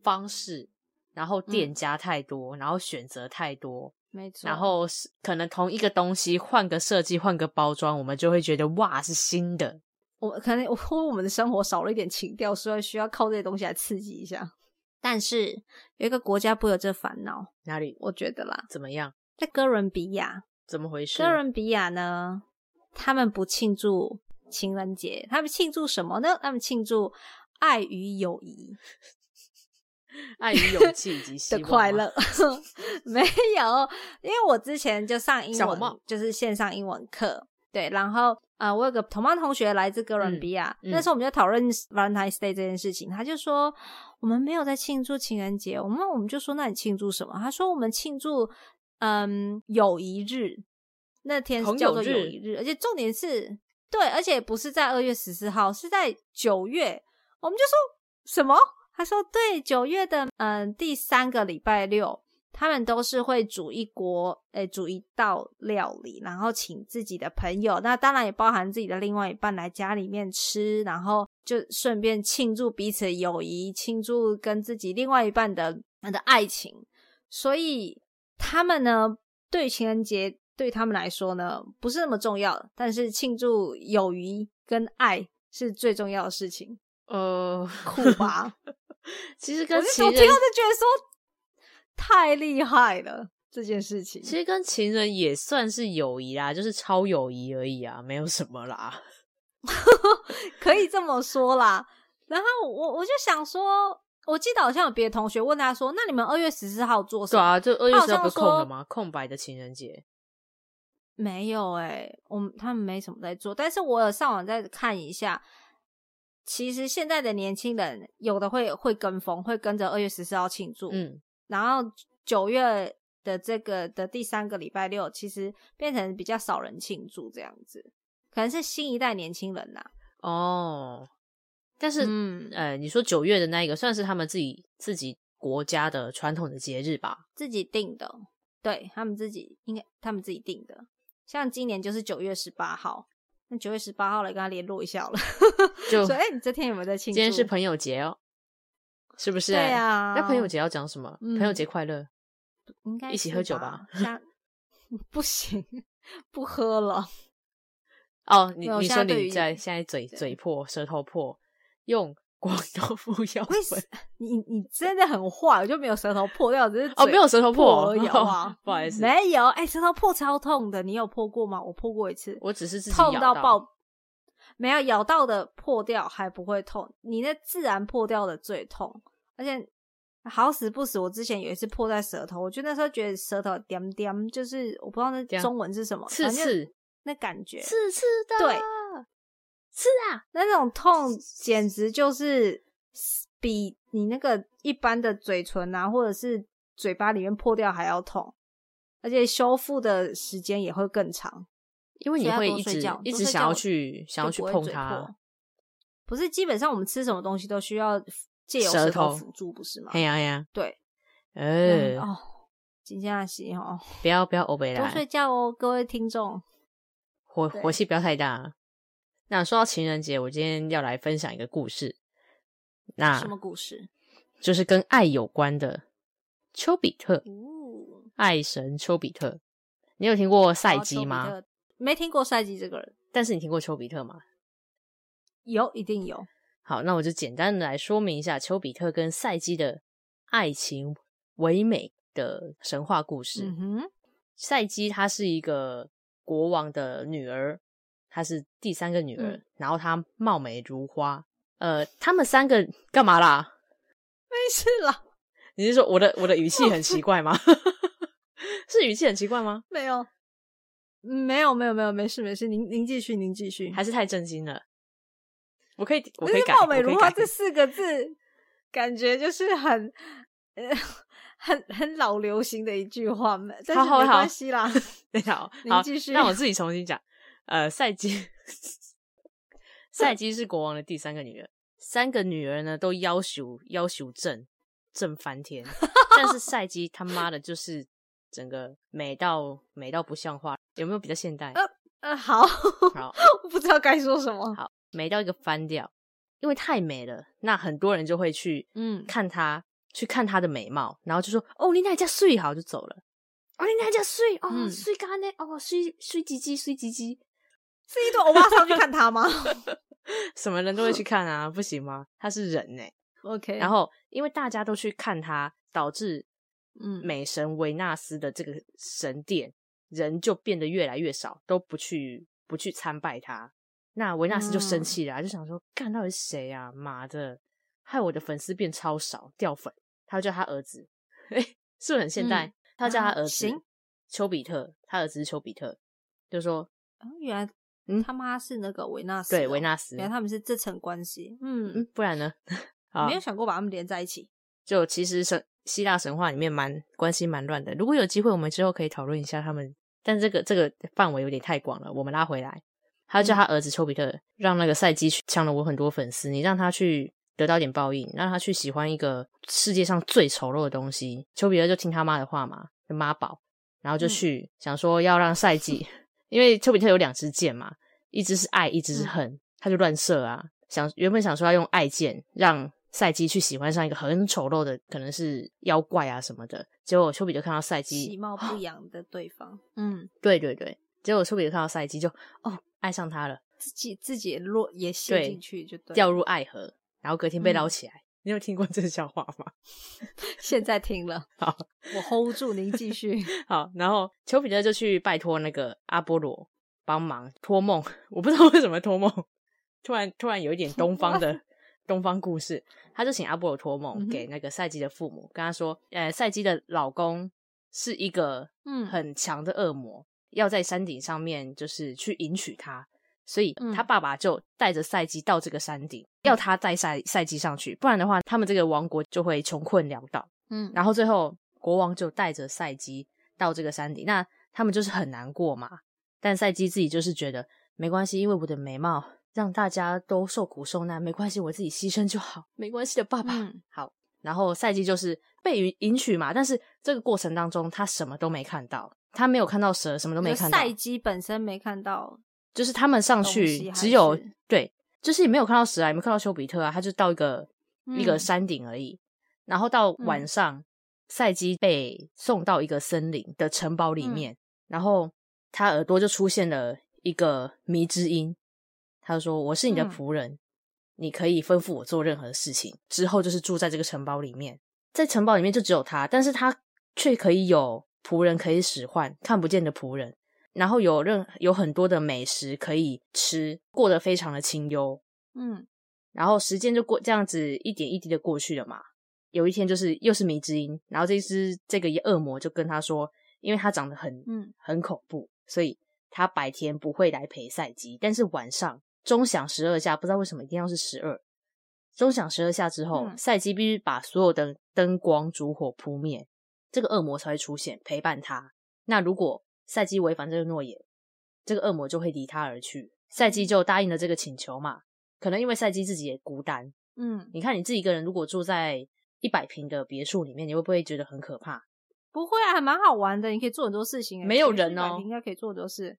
Speaker 2: 方式，然后店家太多，然后选择太多，
Speaker 3: 没错，
Speaker 2: 然后是可能同一个东西换个设计、换个包装，我们就会觉得哇是新的。
Speaker 3: 我可能我 会我们的生活少了一点情调，所以需要靠这些东西来刺激一下。但是有一个国家不有这烦恼，
Speaker 2: 哪里
Speaker 3: 我觉得啦，
Speaker 2: 怎么样？
Speaker 3: 在哥伦比亚，
Speaker 2: 怎么回事？
Speaker 3: 哥伦比亚呢，他们不庆祝情人节，他们庆祝什么呢？他们庆祝爱与友谊
Speaker 2: 爱与勇气以及希
Speaker 3: 的
Speaker 2: 望吗
Speaker 3: 快乐。没有，因为我之前就上英
Speaker 2: 小
Speaker 3: 文
Speaker 2: 帽，
Speaker 3: 就是线上英文课，对，然后呃，我有个同班同学来自哥伦比亚，
Speaker 2: 嗯嗯
Speaker 3: 那时候我们就讨论 Valentine's Day 这件事情，他就说我们没有在庆祝情人节，我们我们就说那你庆祝什么？他说我们庆祝嗯友谊日，那天是
Speaker 2: 朋
Speaker 3: 叫
Speaker 2: 友
Speaker 3: 做友
Speaker 2: 日
Speaker 3: 谊日，而且重点是对，而且不是在二月十四号，是在九月，我们就说什么？他说对，九月的嗯第三个礼拜六，他们都是会煮一锅，诶、煮一道料理，然后请自己的朋友，那当然也包含自己的另外一半来家里面吃，然后就顺便庆祝彼此的友谊，庆祝跟自己另外一半的呃的爱情。所以他们呢，对情人节对他们来说呢，不是那么重要，但是庆祝友谊跟爱是最重要的事情，
Speaker 2: 呃，
Speaker 3: 酷 吧？
Speaker 2: 其实
Speaker 3: 我
Speaker 2: 跟
Speaker 3: 就
Speaker 2: 情
Speaker 3: 我听到
Speaker 2: 人
Speaker 3: 就觉得说太厉害了这件事情。
Speaker 2: 其实跟情人也算是友谊啦，就是超友谊而已啊，没有什么啦。
Speaker 3: 可以这么说啦。然后我我就想说，我记得好像有别的同学问他说：“那你们二月十四号做什
Speaker 2: 对
Speaker 3: 么？”
Speaker 2: 啊，就二月
Speaker 3: 他好
Speaker 2: 十号不是
Speaker 3: 像
Speaker 2: 空了
Speaker 3: 说
Speaker 2: 吗？空白的情人节。
Speaker 3: 没有哎、我们他们没什么在做，但是我有上网再看一下。其实现在的年轻人，有的会会跟风，会跟着二月十四号庆祝，
Speaker 2: 嗯，
Speaker 3: 然后九月的这个的第三个礼拜六，其实变成比较少人庆祝这样子，可能是新一代年轻人呐、
Speaker 2: 哦，但是、
Speaker 3: 嗯，
Speaker 2: 呃，你说九月的那一个算是他们自己自己国家的传统的节日吧？
Speaker 3: 自己定的，对他们自己应该他们自己定的。像今年就是九月十八号，那九月十八号来跟他联络一下好了，
Speaker 2: 就
Speaker 3: 说哎、你这天有没有在庆
Speaker 2: 今
Speaker 3: 祝？
Speaker 2: 天是朋友节哦，是不是？
Speaker 3: 对啊
Speaker 2: 那朋友节要讲什么？
Speaker 3: 嗯
Speaker 2: 朋友节快乐。
Speaker 3: 应该
Speaker 2: 一起
Speaker 3: 是
Speaker 2: 喝酒
Speaker 3: 吧
Speaker 2: 吧，
Speaker 3: 下 不行，不喝了。
Speaker 2: 哦，你
Speaker 3: 没有
Speaker 2: 你
Speaker 3: 现
Speaker 2: 说
Speaker 3: 在对
Speaker 2: 你
Speaker 3: 于
Speaker 2: 在现在嘴
Speaker 3: 对
Speaker 2: 嘴破舌头破，用广 东妇药
Speaker 3: 为
Speaker 2: 粉
Speaker 3: 什你你真的很坏，我就没有舌头破掉，只是
Speaker 2: 哦，没有
Speaker 3: 舌
Speaker 2: 舌头
Speaker 3: 破
Speaker 2: 破
Speaker 3: 而已，好不好
Speaker 2: ？不好意思，
Speaker 3: 没有，哎、舌头破超痛的，你有破过吗？我破过一次，
Speaker 2: 我只是自己
Speaker 3: 痛
Speaker 2: 咬
Speaker 3: 到爆，没有咬到的破掉还不会痛，你那自然破掉的最痛，而且好死不死，我之前有一次破在舌头，我就那时候觉得舌头点点，就是我不知道那
Speaker 2: 点
Speaker 3: 中文是什么，
Speaker 2: 刺
Speaker 3: 反正
Speaker 2: 刺
Speaker 3: 那感觉，
Speaker 2: 刺刺的，
Speaker 3: 对，
Speaker 2: 是啊，
Speaker 3: 那种痛简直就是比你那个一般的嘴唇啊，或者是嘴巴里面破掉还要痛，而且修复的时间也会更长。
Speaker 2: 因为你
Speaker 3: 所以要
Speaker 2: 会
Speaker 3: 多
Speaker 2: 一
Speaker 3: 睡
Speaker 2: 直
Speaker 3: 觉
Speaker 2: 一
Speaker 3: 多
Speaker 2: 直
Speaker 3: 睡
Speaker 2: 想
Speaker 3: 觉
Speaker 2: 要去想要
Speaker 3: 就
Speaker 2: 去
Speaker 3: 不会
Speaker 2: 碰
Speaker 3: 嘴
Speaker 2: 它
Speaker 3: 破，不是，基本上我们吃什么东西都需要借由
Speaker 2: 舌
Speaker 3: 舌头
Speaker 2: 头
Speaker 3: 辅助，不是吗
Speaker 2: 哎？呀哎呀，
Speaker 3: 对，嗯
Speaker 2: 呃，
Speaker 3: 哦，今天洗哦，
Speaker 2: 不要不要欧北
Speaker 3: 多
Speaker 2: 啦，
Speaker 3: 睡觉哦，各位听众。
Speaker 2: 火
Speaker 3: 对
Speaker 2: 火气不要太大。那说到情人节，我今天要来分享一个故事，那啊
Speaker 3: 什么故事？
Speaker 2: 就是跟爱有关的丘比特，
Speaker 3: 哦，
Speaker 2: 爱神丘比特。你有听过赛
Speaker 3: 然后哦丘
Speaker 2: 基
Speaker 3: 比
Speaker 2: 吗？
Speaker 3: 特？没听过赛基这个人，
Speaker 2: 但是你听过丘比特吗？
Speaker 3: 有一定有。
Speaker 2: 好，那我就简单的来说明一下丘比特跟赛基的爱情唯美的神话故事。
Speaker 3: 嗯哼，
Speaker 2: 赛基她是一个国王的女儿，她是第三个女儿，
Speaker 3: 嗯
Speaker 2: 然后她貌美如花。呃，他们三个干嘛啦？
Speaker 3: 没事啦，
Speaker 2: 你是说我的我的语气很奇怪吗？ 是语气很奇怪吗？
Speaker 3: 没有，嗯没有，没有，没有，没事，没事。您您继续，您继续。
Speaker 2: 还是太震惊了？我可以，我
Speaker 3: 但
Speaker 2: 可以
Speaker 3: 是
Speaker 2: 改，
Speaker 3: “貌美如花”
Speaker 2: 我可以
Speaker 3: 这
Speaker 2: 改
Speaker 3: 四个字，感觉就是很呃很很老流行的一句话嘛。但
Speaker 2: 好
Speaker 3: 是
Speaker 2: 好
Speaker 3: 没
Speaker 2: 好
Speaker 3: 关 系啦，
Speaker 2: 等一下哦，
Speaker 3: 您
Speaker 2: 好，
Speaker 3: 继续
Speaker 2: 那我自己重新讲。呃，赛基，赛基是国王的第三个女儿，三个女儿呢都要求要求正正翻 天，但是赛基他妈的就是整个美到美到不像话，有没有比较现代？
Speaker 3: 呃，好，
Speaker 2: 好，
Speaker 3: 我不知道该说什么。
Speaker 2: 好美到一个翻掉，因为太美了，那很多人就会去
Speaker 3: 嗯
Speaker 2: 看她，去看她的美貌，然后就说哦，你哪家睡好就走了。哦，你哪家睡哦，
Speaker 3: 嗯
Speaker 2: 睡干呢？哦，睡睡唧唧，睡唧 唧。
Speaker 3: 是一堆欧巴上去看他吗
Speaker 2: 什么人都会 去看啊，不行吗？他是人呢、
Speaker 3: ？OK，
Speaker 2: 然后因为大家都去看他，导致
Speaker 3: 嗯
Speaker 2: 美神维纳斯的这个神殿人就变得越来越少，都不去不去参拜他。那维纳斯就
Speaker 3: 嗯
Speaker 2: 生气了啊、就想说：“干到底是谁啊？妈的，害我的粉丝变超少，掉粉。”他就叫他儿子，哎、是不是很现代？
Speaker 3: 嗯
Speaker 2: 他叫他儿子、
Speaker 3: 行
Speaker 2: 丘比特，他儿子是丘比特，就说
Speaker 3: 哦原来
Speaker 2: 嗯
Speaker 3: 他妈是那个维纳斯哦，
Speaker 2: 对维纳斯
Speaker 3: 原来他们是这层关系。嗯
Speaker 2: 嗯，，不然呢？ 啊
Speaker 3: 没有想过把他们连在一起。
Speaker 2: 就其实神希腊神话里面蛮关系蛮乱的。如果有机会，我们之后可以讨论一下他们，但这个这个范围有点太广了，我们拉回来。他就叫他儿子丘比特，让那个赛基去抢了我很多粉丝，你让他去得到一点报应，让他去喜欢一个世界上最丑陋的东西。丘比特就听他妈的话嘛，就妈宝，然后就
Speaker 3: 嗯
Speaker 2: 去、想说要让赛季， 因为丘比特有两支箭嘛，一只是爱，一只是
Speaker 3: 嗯
Speaker 2: 恨，他就乱射啊。想原本想说要用爱箭让赛基去喜欢上一个很丑陋的，可能是妖怪啊什么的。结果丘比特看到赛
Speaker 3: 其
Speaker 2: 基，
Speaker 3: 貌不扬的对方，嗯，
Speaker 2: 对对对，结果丘比特看到赛基就哦爱上他了，
Speaker 3: 自己自己也落也陷
Speaker 2: 对
Speaker 3: 进去就对了，
Speaker 2: 掉入爱河，然后隔天被捞
Speaker 3: 嗯
Speaker 2: 起来。你有听过这个笑话吗？
Speaker 3: 现在听了，
Speaker 2: 好，
Speaker 3: 我 hold 住您 继续。
Speaker 2: 好，然后丘比特就去拜托那个阿波罗帮忙托梦，我不知道为什么托梦，突然突然有一点东方 的东方故事，他就请阿波罗托
Speaker 3: 嗯
Speaker 2: 梦
Speaker 3: 哼
Speaker 2: 给那个赛基的父母，跟他说，呃，赛基的老公是一个
Speaker 3: 嗯
Speaker 2: 很强的恶魔，要在山顶上面就是去迎娶她，所以
Speaker 3: 嗯
Speaker 2: 他爸爸就带着赛基到这个山顶，要他带赛赛基上去，不然的话，他们这个王国就会穷困潦倒。
Speaker 3: 嗯
Speaker 2: 然后最后国王就带着赛基到这个山顶，那他们就是很难过嘛。但赛基自己就是觉得没关系，因为我的美貌让大家都受苦受难，没关系，我自己牺牲就好，没关系的，爸爸。
Speaker 3: 嗯
Speaker 2: 好，然后赛基就是被允迎娶嘛，但是这个过程当中他什么都没看到，他没有看到蛇，什么都没看到，
Speaker 3: 赛基本身没看到，
Speaker 2: 就是他们上
Speaker 3: 东
Speaker 2: 去
Speaker 3: 西还
Speaker 2: 只有
Speaker 3: 是
Speaker 2: 对，就是也没有看到史莱姆，没看到丘比特啊，他就到一个、一个
Speaker 3: 嗯
Speaker 2: 山顶而已。然后到晚
Speaker 3: 嗯
Speaker 2: 上，赛基被送到一个森林的城堡里
Speaker 3: 嗯
Speaker 2: 面，然后他耳朵就出现了一个迷之音，他就说：“我是你的
Speaker 3: 嗯
Speaker 2: 仆人，你可以吩咐我做任何事情。”之后就是住在这个城堡里面，在城堡里面就只有他，但是他却可以有仆人可以使唤，看不见的仆人。然后有任有很多的美食可以吃，过得非常的清幽。
Speaker 3: 嗯
Speaker 2: 然后时间就过这样子一点一滴的过去了嘛。有一天就是又是迷之音，然后这只这个恶魔就跟他说，因为他长得很
Speaker 3: 嗯
Speaker 2: 很恐怖，所以他白天不会来陪赛基，但是晚上钟响十二下，不知道为什么一定要是十二。钟响十二下之后，
Speaker 3: 嗯
Speaker 2: 赛基必须把所有的灯光烛火扑灭，这个恶魔才会出现陪伴他。那如果赛基违反这个诺言，这个恶魔就会离他而去。赛基就答应了这个请求嘛，可能因为赛基自己也孤单，
Speaker 3: 嗯，
Speaker 2: 你看你自己一个人如果住在一百平的别墅里面，你会不会觉得很可怕？
Speaker 3: 不会啊，还蛮好玩的，你可以做很多事情欸。
Speaker 2: 没有
Speaker 3: 其实
Speaker 2: 人哦
Speaker 3: 你应该可以做很多事。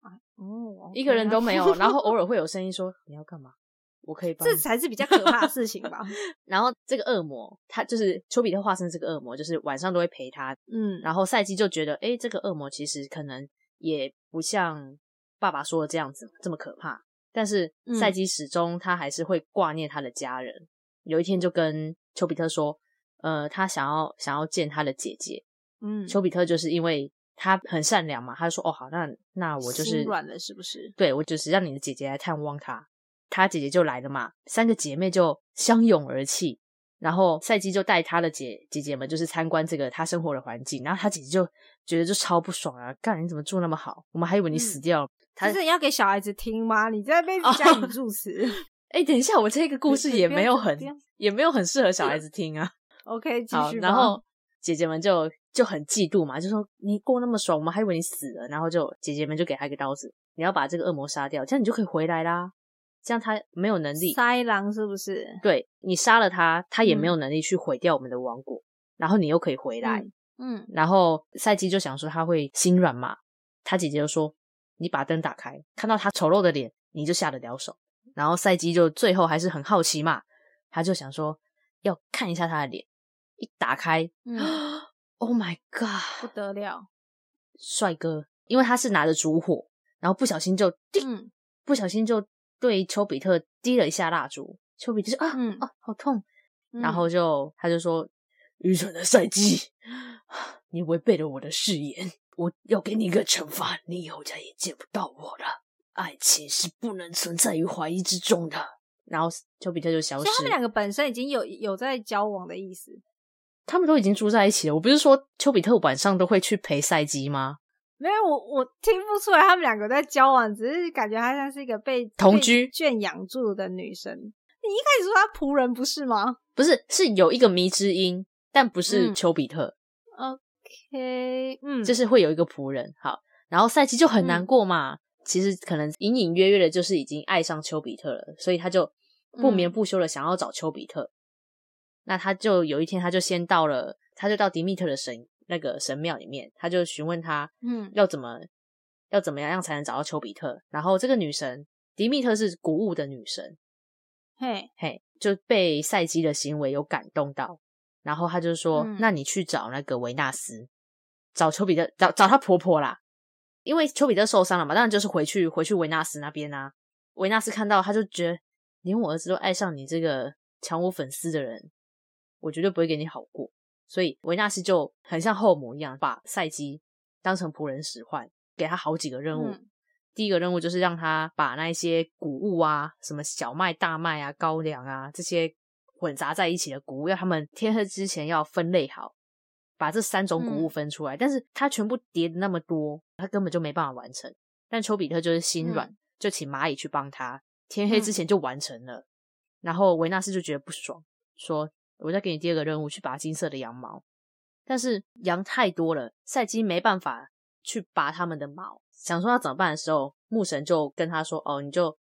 Speaker 3: 啊哦，
Speaker 2: 一个人都没有，
Speaker 3: OK 啊
Speaker 2: 然后偶尔会有声音说你要干嘛，我可以帮
Speaker 3: 这
Speaker 2: 你。
Speaker 3: 才是比较可怕的事情 吧？
Speaker 2: 然后这个恶魔，他就是丘比特化身这个恶魔，就是晚上都会陪他。
Speaker 3: 嗯，
Speaker 2: 然
Speaker 3: 后
Speaker 2: 后赛基就觉得，诶，这个恶魔其实可能也不像爸爸说的这样子这么可怕。但是
Speaker 3: 嗯
Speaker 2: 赛基始终他还是会挂念他的家人。有一天就跟丘比特说，呃，他想要想要见他的姐姐，
Speaker 3: 嗯，
Speaker 2: 丘比特就是因为他很善良嘛，他就说哦好，那那我就是
Speaker 3: 心软了是不是
Speaker 2: 对我就是让你的姐姐来探望他，他姐姐就来了嘛，三个姐妹就相拥而泣，然后赛基就带他的姐姐姐们就是参观这个他生活的环境，然后他姐姐就觉得就超不爽啊，干你怎么住那么好？我们还以为你死掉了。他
Speaker 3: 这嗯是要给小孩子听吗？你在那边加语 助词
Speaker 2: 哎、等一下，我这个故事也
Speaker 3: 不要
Speaker 2: 没有
Speaker 3: 这
Speaker 2: 很
Speaker 3: 不要
Speaker 2: 也没有很适合小孩子听啊。
Speaker 3: ，OK，继
Speaker 2: 好，
Speaker 3: 续吧。
Speaker 2: 然后姐姐们就就很嫉妒嘛，就说你过那么爽，我们还以为你死了。然后就姐姐们就给他一个刀子，你要把这个恶魔杀掉，这样你就可以回来啦。这样他没有能力，
Speaker 3: 塞狼是不是？
Speaker 2: 对你杀了他，他也没有能力去毁掉我们的王国，然后你又可以回来。
Speaker 3: 嗯，
Speaker 2: 然后赛基就想说他会心软嘛，他姐姐就说你把灯打开，看到他丑陋的脸，你就下得了手。然后赛基就最后还是很好奇嘛，他就想说要看一下他的脸，一打开，
Speaker 3: 嗯
Speaker 2: Oh my
Speaker 3: 不
Speaker 2: god！
Speaker 3: 得了，
Speaker 2: 帅哥，因为他是拿着烛火，然后不小心就滴，
Speaker 3: 嗯
Speaker 2: 不小心就对丘比特滴了一下蜡烛。丘比特就啊、
Speaker 3: 嗯
Speaker 2: 啊，好痛！
Speaker 3: 嗯
Speaker 2: 然后就他就说：“愚蠢的赛季， 你违背了我的誓言，我要给你一个惩罚，你以后再也见不到我了。爱情是不能存在于怀疑之中的。”然后丘比特就消
Speaker 3: 所
Speaker 2: 失
Speaker 3: 以他们两个本身已经有有在交往的意思，
Speaker 2: 他们都已经住在一起了。我不是说丘比特晚上都会去陪赛基吗？
Speaker 3: 没有我我听不出来他们两个在交往，只是感觉她像是一个被
Speaker 2: 同居
Speaker 3: 被圈养住的女生。你一开始说她仆人不是吗
Speaker 2: 不是，是有一个迷之音，但不是
Speaker 3: 嗯
Speaker 2: 丘比特，
Speaker 3: ？OK，嗯，
Speaker 2: 就是会有一个仆人。好，然后赛季就很难过嘛，其实可能隐隐约约的就是已经爱上丘比特了，所以他就不眠
Speaker 3: 嗯
Speaker 2: 不休的想要找丘比特。那他就有一天，他就先到了，他就到迪密特的神那个神庙里面，他就询问他
Speaker 3: 嗯
Speaker 2: 要怎么要怎么样才能找到丘比特。然后这个女神迪密特是谷物的女神，
Speaker 3: 嘿，
Speaker 2: 嘿，就被赛基的行为有感动到，然后他就说：“
Speaker 3: 嗯
Speaker 2: 那你去找那个维纳斯，找丘比特，找找她婆婆啦，因为丘比特受伤了嘛，当然就是回去回去维纳斯那边啊。维纳斯看到他就觉得，连我儿子都爱上你这个抢我粉丝的人，我绝对不会给你好过。所以维纳斯就很像后母一样，把赛基当成仆人使唤，给他好几个任务。
Speaker 3: 嗯
Speaker 2: 第一个任务就是让他把那一些谷物啊，什么小麦、大麦啊、高粱啊这些混杂在一起的谷物，要他们天黑之前要分类好，把这三种谷物
Speaker 3: 嗯
Speaker 2: 分出来。但是他全部叠的那么多，他根本就没办法完成。但丘比特就是心软，
Speaker 3: 嗯
Speaker 2: 就请蚂蚁去帮他，天黑之前就完成了。然后维纳斯就觉得不爽，说：“我再给你第二个任务，去拔金色的羊毛。”但是羊太多了，赛基没办法去拔它们的毛。想说要怎么办的时候，牧神就跟他说：“哦，你就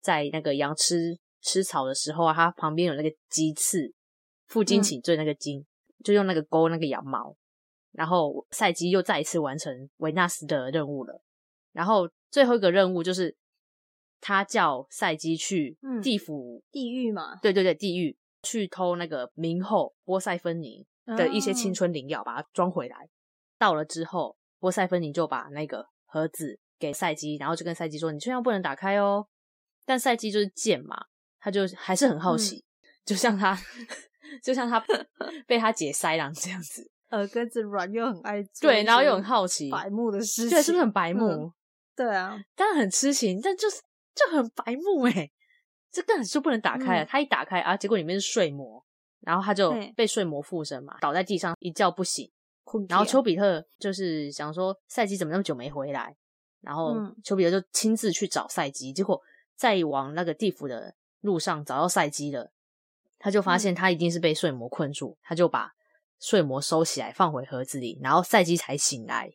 Speaker 2: 在那个羊吃吃草的时候啊，它旁边有那个鸡刺，负荆
Speaker 3: 嗯
Speaker 2: 请罪那个荆，就用那个勾那个羊毛。”然后赛基又再一次完成维纳斯的任务了。然后最后一个任务就是他叫赛基去
Speaker 3: 嗯
Speaker 2: 地府，
Speaker 3: 地狱嘛
Speaker 2: 对对对，地狱去偷那个冥后波塞芬尼的一些
Speaker 3: 嗯啊
Speaker 2: 青，春灵药，把它装回来。到了之后，波塞芬尼就把那个盒子给赛基，然后就跟赛基说：“你千万不能打开哦。”但赛基就是贱嘛，他就还是很
Speaker 3: 嗯
Speaker 2: 好奇，就像他 就像他 被他姐塞狼这样子，
Speaker 3: 哦耳根子软又很爱做，
Speaker 2: 对，然后又很好奇，
Speaker 3: 白目的事情，
Speaker 2: 对，是不是很白目？
Speaker 3: 嗯对啊，
Speaker 2: 但很痴情，但就是就很白目哎、这根本就不能打开了。
Speaker 3: 嗯
Speaker 2: 他一打开啊，结果里面是睡魔，然后他就
Speaker 3: 对
Speaker 2: 被睡魔附身嘛，倒在地上一觉不醒。
Speaker 3: 困
Speaker 2: 然后
Speaker 3: 起
Speaker 2: 丘
Speaker 3: 来
Speaker 2: 比特就是想说赛基怎么那么久没回来，然后
Speaker 3: 嗯
Speaker 2: 丘比特就亲自去找赛基，结果在往那个地府的路上找到赛基了，他就发
Speaker 3: 嗯
Speaker 2: 现他一定是被睡魔困住，他就把睡魔收起来放回盒子里，然后赛基才醒来。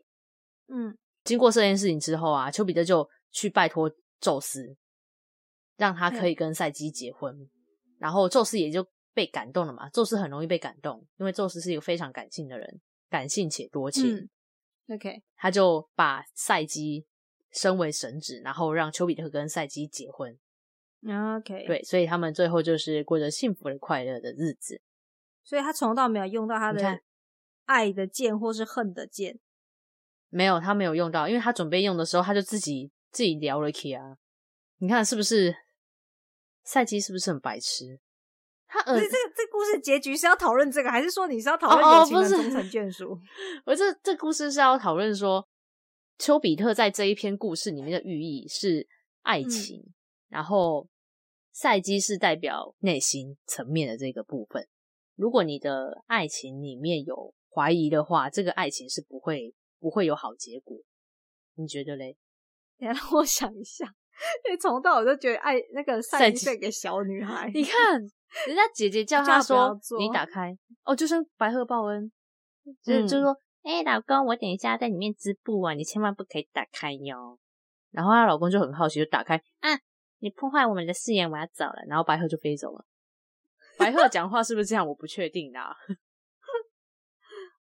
Speaker 3: 嗯
Speaker 2: 经过这件事情之后啊，丘比特就去拜托宙斯，让他可以跟赛基结婚。然后宙斯也就被感动了嘛，宙斯很容易被感动，因为宙斯是一个非常感性的人，感性且多情。
Speaker 3: 嗯，OK，
Speaker 2: 他就把赛基升为神职，然后让丘比特跟赛基结婚。
Speaker 3: OK，，
Speaker 2: 对，所以他们最后就是过着幸福的、快乐的日子。
Speaker 3: 所以他从头到尾没有用到他
Speaker 2: 你看
Speaker 3: 的爱的剑或是恨的剑，
Speaker 2: 没有，他没有用到，因为他准备用的时候，他就自己自己聊了起啊。你看是不是？赛基是不是很白痴？他呃
Speaker 3: 可
Speaker 2: 耳
Speaker 3: 是这个这故事结局是要讨论这个，还是说你是要讨
Speaker 2: 哦
Speaker 3: 论
Speaker 2: 哦
Speaker 3: 有情
Speaker 2: 不
Speaker 3: 人
Speaker 2: 是
Speaker 3: 终成 眷属？
Speaker 2: 我这这故事是要讨论说，丘比特在这一篇故事里面的寓意是爱情，然后赛基是代表内心层面的这个部分。如果你的爱情里面有怀疑的话，这个爱情是不会不会有好结果。你觉得嘞？
Speaker 3: 等一下让我想一下，因为从到我就觉得爱那个
Speaker 2: 赛
Speaker 3: 赛季
Speaker 2: 季
Speaker 3: 被给小女孩，
Speaker 2: 你看，人家姐姐 叫他
Speaker 3: 叫她不要
Speaker 2: 说
Speaker 3: 做
Speaker 2: 你打开哦，就像白鹤报恩，就是、
Speaker 3: 嗯
Speaker 2: 就说哎、老公，我等一下在里面织布啊，你千万不可以打开哟。然后她老公就很好奇，就打开，啊，你破坏我们的誓言，我要走了。然后白鹤就飞走了。白鹤讲话是不是这样？我不确定啊啦。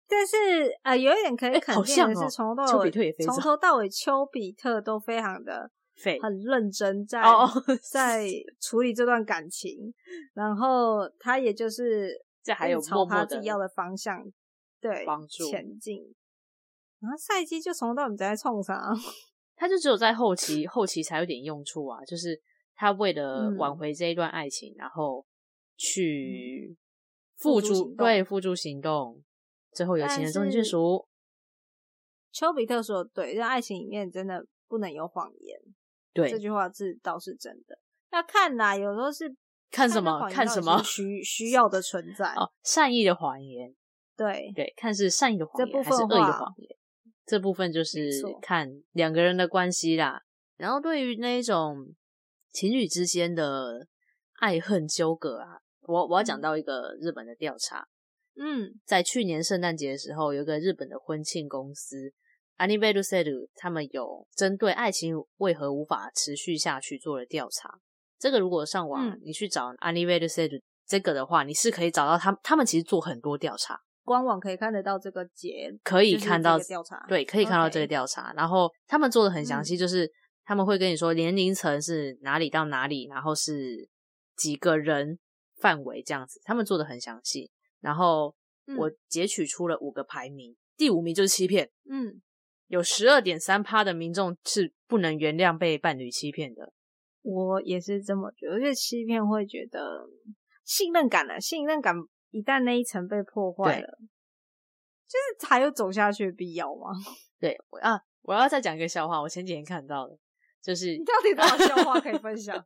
Speaker 3: 但是呃，有一点可以
Speaker 2: 哎
Speaker 3: 肯
Speaker 2: 好
Speaker 3: 定的
Speaker 2: 像哦
Speaker 3: 是，从头
Speaker 2: 丘
Speaker 3: 到
Speaker 2: 比特也
Speaker 3: 尾，
Speaker 2: 非常
Speaker 3: 从头到尾，丘比特都非常的
Speaker 2: 废
Speaker 3: 很认真在
Speaker 2: 哦，
Speaker 3: 在处理这段感情，然后他也就是
Speaker 2: 这还有
Speaker 3: 一直朝
Speaker 2: 默默
Speaker 3: 他自己
Speaker 2: 地
Speaker 3: 要的方向对
Speaker 2: 帮助
Speaker 3: 前进。然后赛季就从头到尾你在冲啥？
Speaker 2: 他就只有在后期后期才有点用处啊，就是他为了
Speaker 3: 嗯
Speaker 2: 挽回这一段爱情，然后去付
Speaker 3: 付诸
Speaker 2: 诸
Speaker 3: 行动
Speaker 2: 对付诸行动，最后有情人终成眷属。
Speaker 3: 丘比特说：“对，在爱情里面真的不能有谎言。”这
Speaker 2: 对，
Speaker 3: 句话是倒是真的，要看啦，有时候是
Speaker 2: 看什
Speaker 3: 那
Speaker 2: 么
Speaker 3: 谎言
Speaker 2: 看
Speaker 3: 到
Speaker 2: 什
Speaker 3: 底是
Speaker 2: 么
Speaker 3: 不是需需要的存在。
Speaker 2: 哦，善意的谎言，
Speaker 3: 对，
Speaker 2: 对，看是善意的谎
Speaker 3: 这
Speaker 2: 言
Speaker 3: 部
Speaker 2: 还是
Speaker 3: 分
Speaker 2: 恶意的
Speaker 3: 话
Speaker 2: 谎言，这部分就
Speaker 3: 没
Speaker 2: 是
Speaker 3: 错
Speaker 2: 看两个人的关系啦。然后对于那一种情侣之间的爱恨纠葛啊，我我要讲到一个日本的调查，
Speaker 3: 嗯，
Speaker 2: 在去年圣诞节的时候，有一个日本的婚庆公司 a n i b e r u s e r u 他们有针对爱情为何无法持续下去做了调查。这个如果上网、
Speaker 3: 嗯
Speaker 2: 你去找 a n i b e r u s e r u 这个的话，你是可以找到他们，他们其实做很多调查，
Speaker 3: 官网可以看得到这个节，
Speaker 2: 可以
Speaker 3: 就是
Speaker 2: 看到
Speaker 3: 这个调查。
Speaker 2: 对，可以看到这个
Speaker 3: OK
Speaker 2: 调查。然后他们做的很详
Speaker 3: 嗯
Speaker 2: 细，就是、他们会跟你说年龄层是哪里到哪里，然后是几个人范围这样子，他们做的很详细。然后
Speaker 3: 嗯
Speaker 2: 我截取出了五个排名，第五名就是欺骗，
Speaker 3: 嗯，
Speaker 2: 有十二点三趴的民众是不能原谅被伴侣欺骗的。
Speaker 3: 我也是这么觉得，因为欺骗会觉得信任感啊，信任感一旦那一层被破坏
Speaker 2: 对
Speaker 3: 了，就是还有走下去的必要吗？
Speaker 2: 对我啊，我要再讲一个笑话，我前几天看到的，就是
Speaker 3: 你到底有多少笑话可以分享？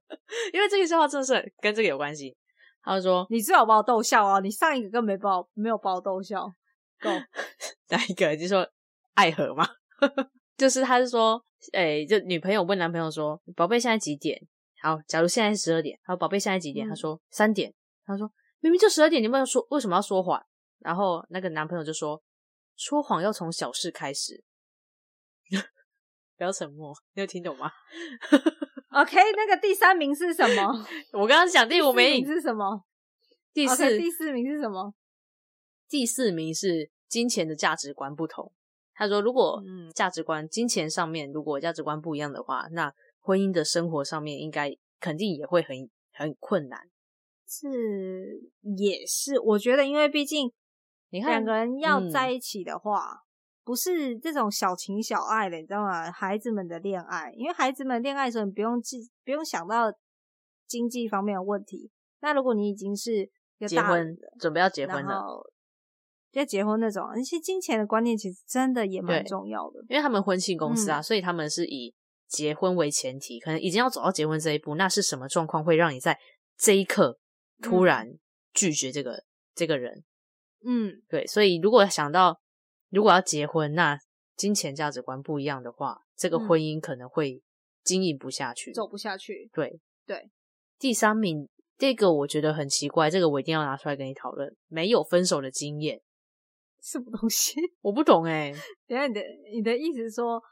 Speaker 2: 因为这个笑话真的是很跟这个有关系。他说
Speaker 3: 你最好把我逗笑啊！你上一个更没把我没有把我逗笑，够
Speaker 2: 哪一个？就说爱河吗？ 就是他是说，诶、就女朋友问男朋友说：“宝贝，现在几点？”好，假如现在十二点，好，宝贝，现在几点？
Speaker 3: 嗯
Speaker 2: 他说三点。他说明明就十二点，你们说为什么要说谎？然后那个男朋友就说：“说谎要从小事开始。” 不要沉默，你有听懂吗？
Speaker 3: OK。那个第三名是什么？
Speaker 2: 我刚刚讲第五
Speaker 3: 第
Speaker 2: 名
Speaker 3: 四，是什么？
Speaker 2: 第
Speaker 3: o
Speaker 2: 四
Speaker 3: k 第四名是什么？
Speaker 2: 第四名是金钱的价值观不同。他说，如果
Speaker 3: 嗯
Speaker 2: 价值观、金钱上面如果价值观不一样的话，那婚姻的生活上面应该肯定也会很很困难。
Speaker 3: 是也是，我觉得因为毕竟
Speaker 2: 你看
Speaker 3: 两个人要
Speaker 2: 嗯
Speaker 3: 在一起的话，不是这种小情小爱的，你知道吗？孩子们的恋爱，因为孩子们恋爱的时候，你不用记，不用想到经济方面的问题。那如果你已经是一个
Speaker 2: 结
Speaker 3: 大人
Speaker 2: 婚
Speaker 3: 了，
Speaker 2: 准备要结婚
Speaker 3: 然
Speaker 2: 了，
Speaker 3: 后要结婚那种，那些金钱的观念其实真的也蛮
Speaker 2: 对
Speaker 3: 重要的。
Speaker 2: 因为他们婚庆公司啊，
Speaker 3: 嗯
Speaker 2: 所以他们是以结婚为前提，可能已经要走到结婚这一步，那是什么状况会让你在这一刻突然拒绝这个、这个人？
Speaker 3: 嗯，
Speaker 2: 对，所以如果想到如果要结婚，那金钱价值观不一样的话，这个
Speaker 3: 嗯
Speaker 2: 婚姻可能会经营不下去。
Speaker 3: 走不下去。
Speaker 2: 对
Speaker 3: 对，
Speaker 2: 第三名这个我觉得很奇怪，这个我一定要拿出来跟你讨论。没有分手的经验，
Speaker 3: 什么东西？
Speaker 2: 我不懂哎、
Speaker 3: 等一下你的你的意思是说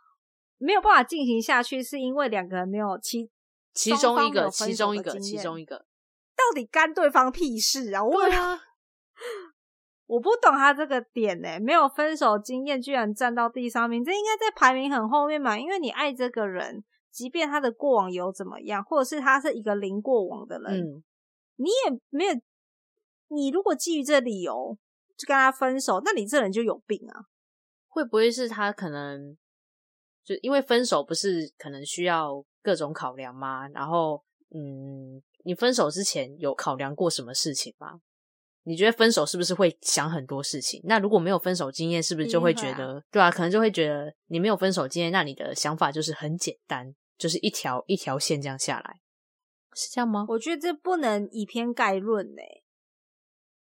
Speaker 3: 没有办法进行下去，是因为两个人没有其
Speaker 2: 其中一
Speaker 3: 双方没
Speaker 2: 个，
Speaker 3: 有分
Speaker 2: 其
Speaker 3: 手
Speaker 2: 中
Speaker 3: 的
Speaker 2: 一个，
Speaker 3: 经
Speaker 2: 其
Speaker 3: 验
Speaker 2: 中一个，
Speaker 3: 到底干对方屁事啊？我、
Speaker 2: 啊，
Speaker 3: 我不懂他这个点呢、没有分手经验居然占到第三名，这应该在排名很后面嘛？因为你爱这个人，即便他的过往有怎么样，或者是他是一个零过往的人，
Speaker 2: 嗯，
Speaker 3: 你也没有，你如果基于这理由就跟他分手，那你这人就有病啊！
Speaker 2: 会不会是他可能就因为分手不是可能需要各种考量吗？然后，嗯，你分手之前有考量过什么事情吗？你觉得分手是不是会想很多事情？那如果没有分手经验，是不是
Speaker 3: 一
Speaker 2: 就
Speaker 3: 定
Speaker 2: 会
Speaker 3: 会
Speaker 2: 觉
Speaker 3: 啊
Speaker 2: 得，对啊，可能就会觉得你没有分手经验，那你的想法就是很简单，就是一条一条线这样下来，是这样吗？
Speaker 3: 我觉得这不能以偏概论呢、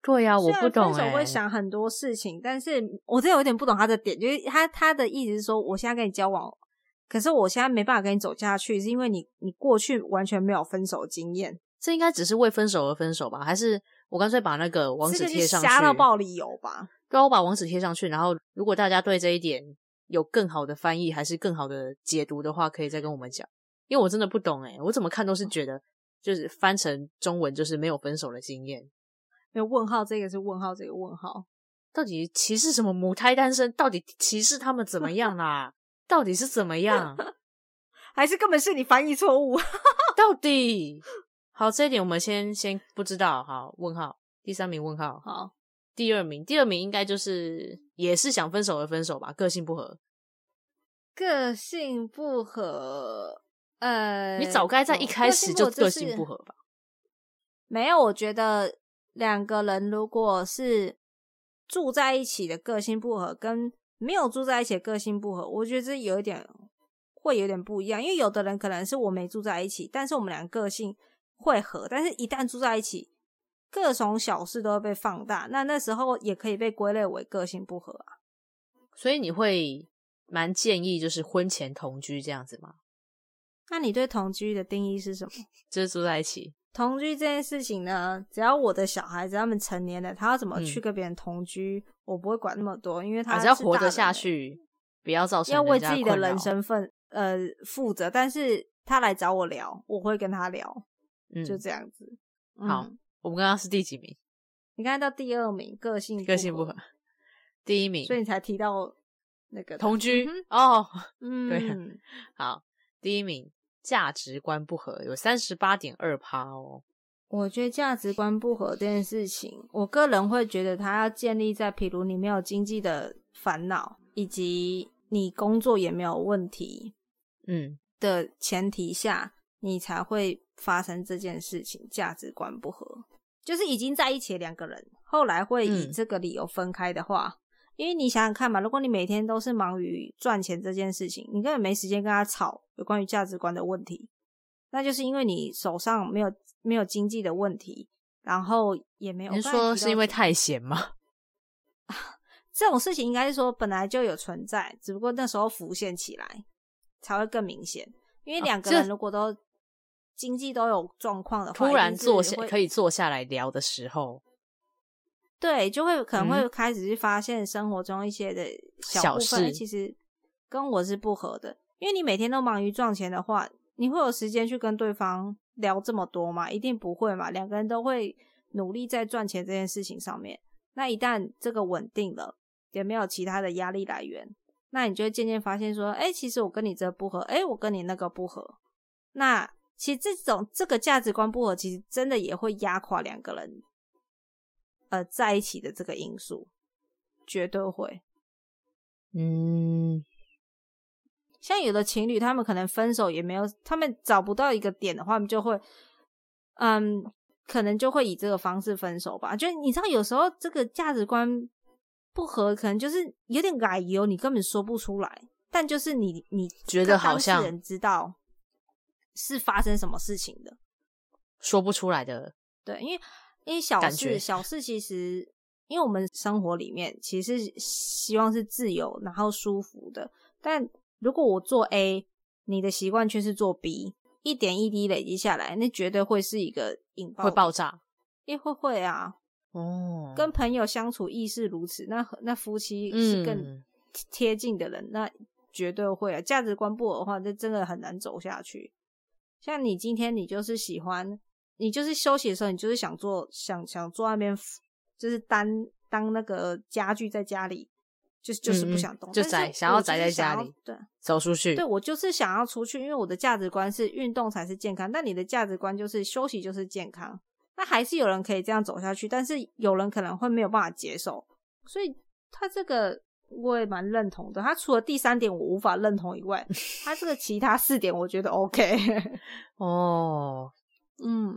Speaker 2: 对呀、啊，
Speaker 3: 虽
Speaker 2: 我
Speaker 3: 然
Speaker 2: 不懂
Speaker 3: 分
Speaker 2: 哎、
Speaker 3: 手会想很多事情，但是我真的有点不懂他的点，就是他他的意思是说，我现在跟你交往，可是我现在没办法跟你走下去，是因为你你过去完全没有分手经验，
Speaker 2: 这应该只是为分手而分手吧？还是我干脆把那个网
Speaker 3: 这
Speaker 2: 址
Speaker 3: 个就
Speaker 2: 贴上去？
Speaker 3: 瞎到爆理由吧？
Speaker 2: 对啊，我把网址贴上去，然后如果大家对这一点有更好的翻译，还是更好的解读的话，可以再跟我们讲，因为我真的不懂诶、欸我怎么看都是觉得就是翻成中文就是没有分手的经验，
Speaker 3: 没有问号，这个是问号，这个问号，
Speaker 2: 到底歧视什么母胎单身？到底歧视他们怎么样啦？到底是怎么样？
Speaker 3: 还是根本是你翻译错误？
Speaker 2: 到底好这一点我们先先不知道，好问号，第三名问号，
Speaker 3: 好，
Speaker 2: 第二名第二名应该就是也是想分手而分手吧，个性不合，
Speaker 3: 个性不合，呃，
Speaker 2: 你早该在一开始就嗯个
Speaker 3: 个
Speaker 2: 性不
Speaker 3: 合。
Speaker 2: 合吧。
Speaker 3: 没有，我觉得两个人如果是住在一起的个性不合，跟没有住在一起的个性不合，我觉得这有一点会有点不一样。因为有的人可能是我没住在一起，但是我们俩个性会合，但是一旦住在一起，各种小事都会被放大，那那时候也可以被归类为个性不合啊。
Speaker 2: 所以你会蛮建议就是婚前同居这样子吗？
Speaker 3: 那你对同居的定义是什么？
Speaker 2: 就是住在一起，
Speaker 3: 同居这件事情呢，只要我的小孩子他们成年了，他要怎么
Speaker 2: 嗯
Speaker 3: 去跟别人同居，我不会管那么多，因为
Speaker 2: 还
Speaker 3: 他是
Speaker 2: 是
Speaker 3: 大
Speaker 2: 啊要
Speaker 3: 人
Speaker 2: 活得
Speaker 3: 了
Speaker 2: 下，去，不要造成
Speaker 3: 要为
Speaker 2: 人家
Speaker 3: 自己的
Speaker 2: 困扰
Speaker 3: 人。生份呃负责。但是他来找我聊，我会跟他聊，
Speaker 2: 嗯，
Speaker 3: 就这样子。
Speaker 2: 好
Speaker 3: 嗯
Speaker 2: 我们刚刚是第几名？
Speaker 3: 你刚才到第二名，个性
Speaker 2: 个性不合，，第一名，
Speaker 3: 所以你才提到那个
Speaker 2: 同居、
Speaker 3: 嗯
Speaker 2: 哦。
Speaker 3: 哼
Speaker 2: 对啊
Speaker 3: 嗯，
Speaker 2: 好，第一名价值观不合，有三十八点二趴哦。
Speaker 3: 我觉得价值观不合这件事情，我个人会觉得它要建立在，譬如你没有经济的烦恼，以及你工作也没有问题
Speaker 2: 嗯，
Speaker 3: 的前提下，你才会发生这件事情。价值观不合，就是已经在一起的两个人，后来会以
Speaker 2: 嗯
Speaker 3: 这个理由分开的话，因为你想想看嘛，如果你每天都是忙于赚钱这件事情，你根本没时间跟他吵有关于价值观的问题。那就是因为你手上没有没有经济的问题，然后也没有。
Speaker 2: 您
Speaker 3: 我刚才
Speaker 2: 说
Speaker 3: 提
Speaker 2: 是
Speaker 3: 到
Speaker 2: 因为
Speaker 3: 这
Speaker 2: 太闲吗？
Speaker 3: 这种事情，应该是说本来就有存在，只不过那时候浮现起来才会更明显。因为
Speaker 2: 啊
Speaker 3: 两个
Speaker 2: 这
Speaker 3: 人如果都经济都有状况的话，
Speaker 2: 突然坐下可
Speaker 3: 以
Speaker 2: 以坐下来聊的时候，
Speaker 3: 对，就会可能
Speaker 2: 嗯
Speaker 3: 会开始去发现生活中一些的
Speaker 2: 小
Speaker 3: 小部分，
Speaker 2: 事
Speaker 3: 哎其实跟我是不合的。因为你每天都忙于赚钱的话，你会有时间去跟对方聊这么多吗？一定不会嘛，两个人都会努力在赚钱这件事情上面。那一旦这个稳定了，也没有其他的压力来源，那你就会渐渐发现说，哎、其实我跟你这不合，哎、我跟你那个不合。那其实这种这个价值观不合，其实真的也会压垮两个人，呃，在一起的这个因素，绝对会。
Speaker 2: 嗯，
Speaker 3: 像有的情侣，他们可能分手也没有，他们找不到一个点的话，他们就会，嗯，可能就会以这个方式分手吧。就是你知道，有时候这个价值观不合，可能就是有点奶油，你根本说不出来，但就是你你
Speaker 2: 觉得好像
Speaker 3: 当事人知道是发生什么事情的，
Speaker 2: 说不出来的，
Speaker 3: 对，因为因为小
Speaker 2: 感觉
Speaker 3: 事小事其实，因为我们生活里面其实是希望是自由然后舒服的，但如果我做 A，你的习惯却是做 B，一点一滴累积下来，那绝对会是一个引爆，
Speaker 2: 会爆，炸
Speaker 3: 也会会啊。
Speaker 2: 哦
Speaker 3: 跟朋友相处亦是如此，那和那夫妻是更
Speaker 2: 嗯
Speaker 3: 贴近的人，那绝对会啊。价值观不合的话，那真的很难走下去。像你今天，你就是喜欢，你就是休息的时候，你就是想做，想想坐那边，就是当当那个家具在家里，就是就是
Speaker 2: 嗯
Speaker 3: 不
Speaker 2: 嗯
Speaker 3: 想动，
Speaker 2: 就
Speaker 3: 但是
Speaker 2: 宅
Speaker 3: 我
Speaker 2: 想要
Speaker 3: 就是
Speaker 2: 宅在家
Speaker 3: 想要
Speaker 2: 里
Speaker 3: 对，
Speaker 2: 走出去
Speaker 3: 对，我就是想要出去，因为我的价值观是运动才是健康，但你的价值观就是休息就是健康。那还是有人可以这样走下去，但是有人可能会没有办法接受，所以他这个我也蛮认同的。他除了第三点我无法认同 以外，他这个其他四点我觉得 OK。
Speaker 2: 哦。
Speaker 3: 嗯，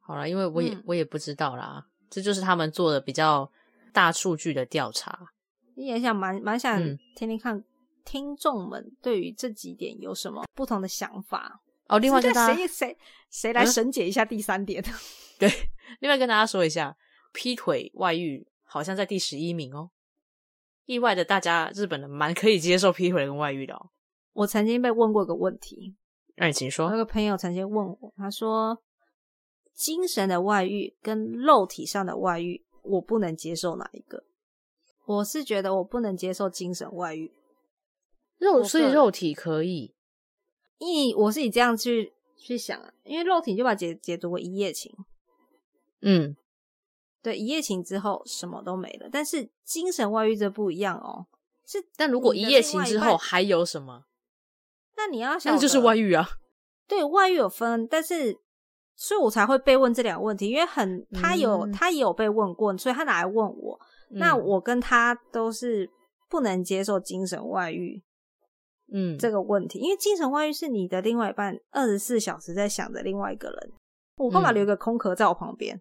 Speaker 2: 好了，因为我也、
Speaker 3: 嗯
Speaker 2: 我也不知道啦，这就是他们做的比较大数据的调查。
Speaker 3: 你也想蛮蛮想
Speaker 2: 嗯
Speaker 3: 听听看听众们对于这几点有什么不同的想法。
Speaker 2: 哦，另外
Speaker 3: 是
Speaker 2: 跟大家
Speaker 3: 谁谁谁来
Speaker 2: 嗯
Speaker 3: 审解一下第三点？
Speaker 2: 对，另外跟大家说一下，劈腿外遇好像在第十一名哦。意外的，大家日本人蛮可以接受劈腿跟外遇的哦。
Speaker 3: 我曾经被问过一个问题，
Speaker 2: 那你请
Speaker 3: 我
Speaker 2: 说，
Speaker 3: 有个朋友曾经问我，他说：“精神的外遇跟肉体上的外遇，我不能接受哪一个？”我是觉得我不能接受精神外遇，
Speaker 2: 肉
Speaker 3: 我
Speaker 2: 所以
Speaker 3: 个人
Speaker 2: 肉体可以，
Speaker 3: 因为我是以这样去去想啊，因为肉体就把解解读为一夜情，
Speaker 2: 嗯，
Speaker 3: 对，一夜情之后什么都没了。但是精神外遇这不一样哦，嗯是
Speaker 2: 但如果
Speaker 3: 你
Speaker 2: 一
Speaker 3: 的
Speaker 2: 夜
Speaker 3: 另
Speaker 2: 情
Speaker 3: 外一
Speaker 2: 之
Speaker 3: 半
Speaker 2: 后还有什么，
Speaker 3: 那你要想，
Speaker 2: 那就是外。遇啊。
Speaker 3: 对外遇有分，但是所以我才会被问这两个问题，因为很他有、
Speaker 2: 嗯
Speaker 3: 他也有被问过，所以他拿来问我。 那
Speaker 2: 嗯
Speaker 3: 我跟他都是不能接受精神外遇
Speaker 2: 嗯，
Speaker 3: 这个问题，因为精神外遇是你的另外一半二十四小时在想着另外一个人，我干嘛
Speaker 2: 嗯
Speaker 3: 留一个空壳在我旁边？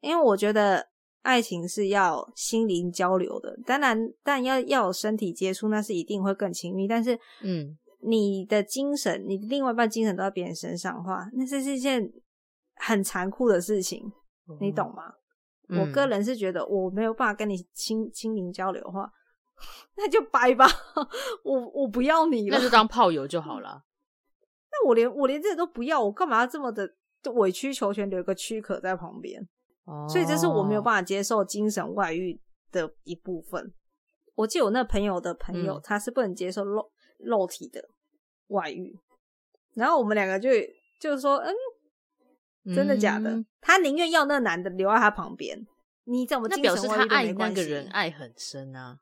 Speaker 3: 因为我觉得爱情是要心灵交流的，当然，但要要有身体接触，那是一定会更亲密，但是
Speaker 2: 嗯，
Speaker 3: 你的精神，你的另外一半精神都在别人身上的话，那这是一件很残酷的事情，你懂吗？
Speaker 2: 嗯？
Speaker 3: 我个人是觉得我没有办法跟你心心灵交流的话， 那就掰吧， 我我不要你了
Speaker 2: 那。就当炮友就好了。
Speaker 3: 那我连我连这个都不要，我干嘛要这么的委曲求全，留一个躯壳在旁边？
Speaker 2: 哦
Speaker 3: 嗯所以这是我没有办法接受精神外遇的一部分。我记得我那朋友的朋友，
Speaker 2: 嗯
Speaker 3: 他是不能接受肉肉体的外遇，然后我们两个就就是说，嗯，
Speaker 2: 法
Speaker 3: 真的假的？
Speaker 2: 嗯
Speaker 3: 他宁愿要那男的留在他旁边，你怎么
Speaker 2: 那
Speaker 3: 精
Speaker 2: 表
Speaker 3: 神
Speaker 2: 示
Speaker 3: 外
Speaker 2: 他
Speaker 3: 遇都
Speaker 2: 爱
Speaker 3: 没
Speaker 2: 那
Speaker 3: 关系
Speaker 2: 个人爱很深啊。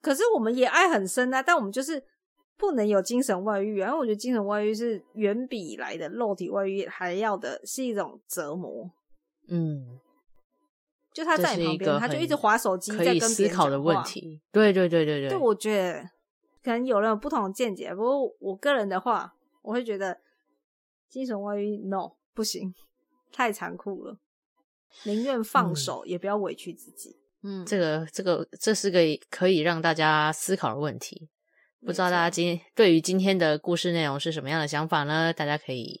Speaker 3: 可是我们也爱很深啊，但我们就是不能有精神外遇啊。因为我觉得精神外遇是远比来的肉体外遇还要的是一种折磨。
Speaker 2: 嗯，
Speaker 3: 就他在
Speaker 2: 这
Speaker 3: 你
Speaker 2: 是
Speaker 3: 旁
Speaker 2: 一个
Speaker 3: 边，他就
Speaker 2: 很
Speaker 3: 一直划手机，
Speaker 2: 可
Speaker 3: 在
Speaker 2: 以
Speaker 3: 跟
Speaker 2: 思
Speaker 3: 别人
Speaker 2: 考的
Speaker 3: 讲
Speaker 2: 问
Speaker 3: 话。
Speaker 2: 题。对对对对对，
Speaker 3: 对，我觉得可能有人有不同的见解，不过我个人的话，我会觉得精神外遇 no 不行，太残酷了，宁愿放
Speaker 2: 嗯
Speaker 3: 手、也不要委屈自己。嗯，
Speaker 2: 这个这个这是个可以让大家思考的问题。不知道
Speaker 3: 没错
Speaker 2: 大家今天对于今天的故事内容是什么样的想法呢？大家可以，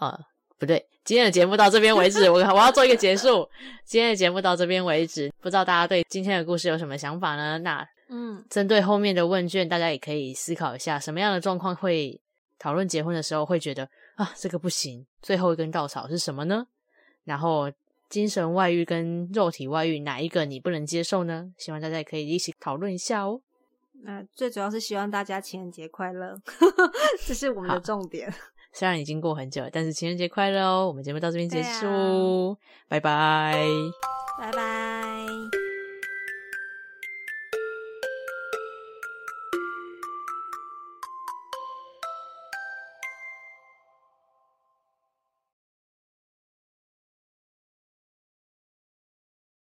Speaker 2: 呃，不对，今天的节目到这边为止，我我要做一个结束。今天的节目到这边为止，不知道大家对今天的故事有什么想法呢？那
Speaker 3: 嗯，
Speaker 2: 针对后面的问卷，大家也可以思考一下，什么样的状况会讨论结婚的时候会觉得啊，这个不行，最后一根稻草是什么呢？然后精神外遇跟肉体外遇哪一个你不能接受呢？希望大家也可以一起讨论一下哦。
Speaker 3: 那最主要是希望大家情人节快乐， 这是我们的
Speaker 2: 好
Speaker 3: 重点。
Speaker 2: 虽然已经过很久了，但是情人节快乐哦！我们节目到这边结
Speaker 3: 对啊
Speaker 2: 束，拜拜。
Speaker 3: 拜拜。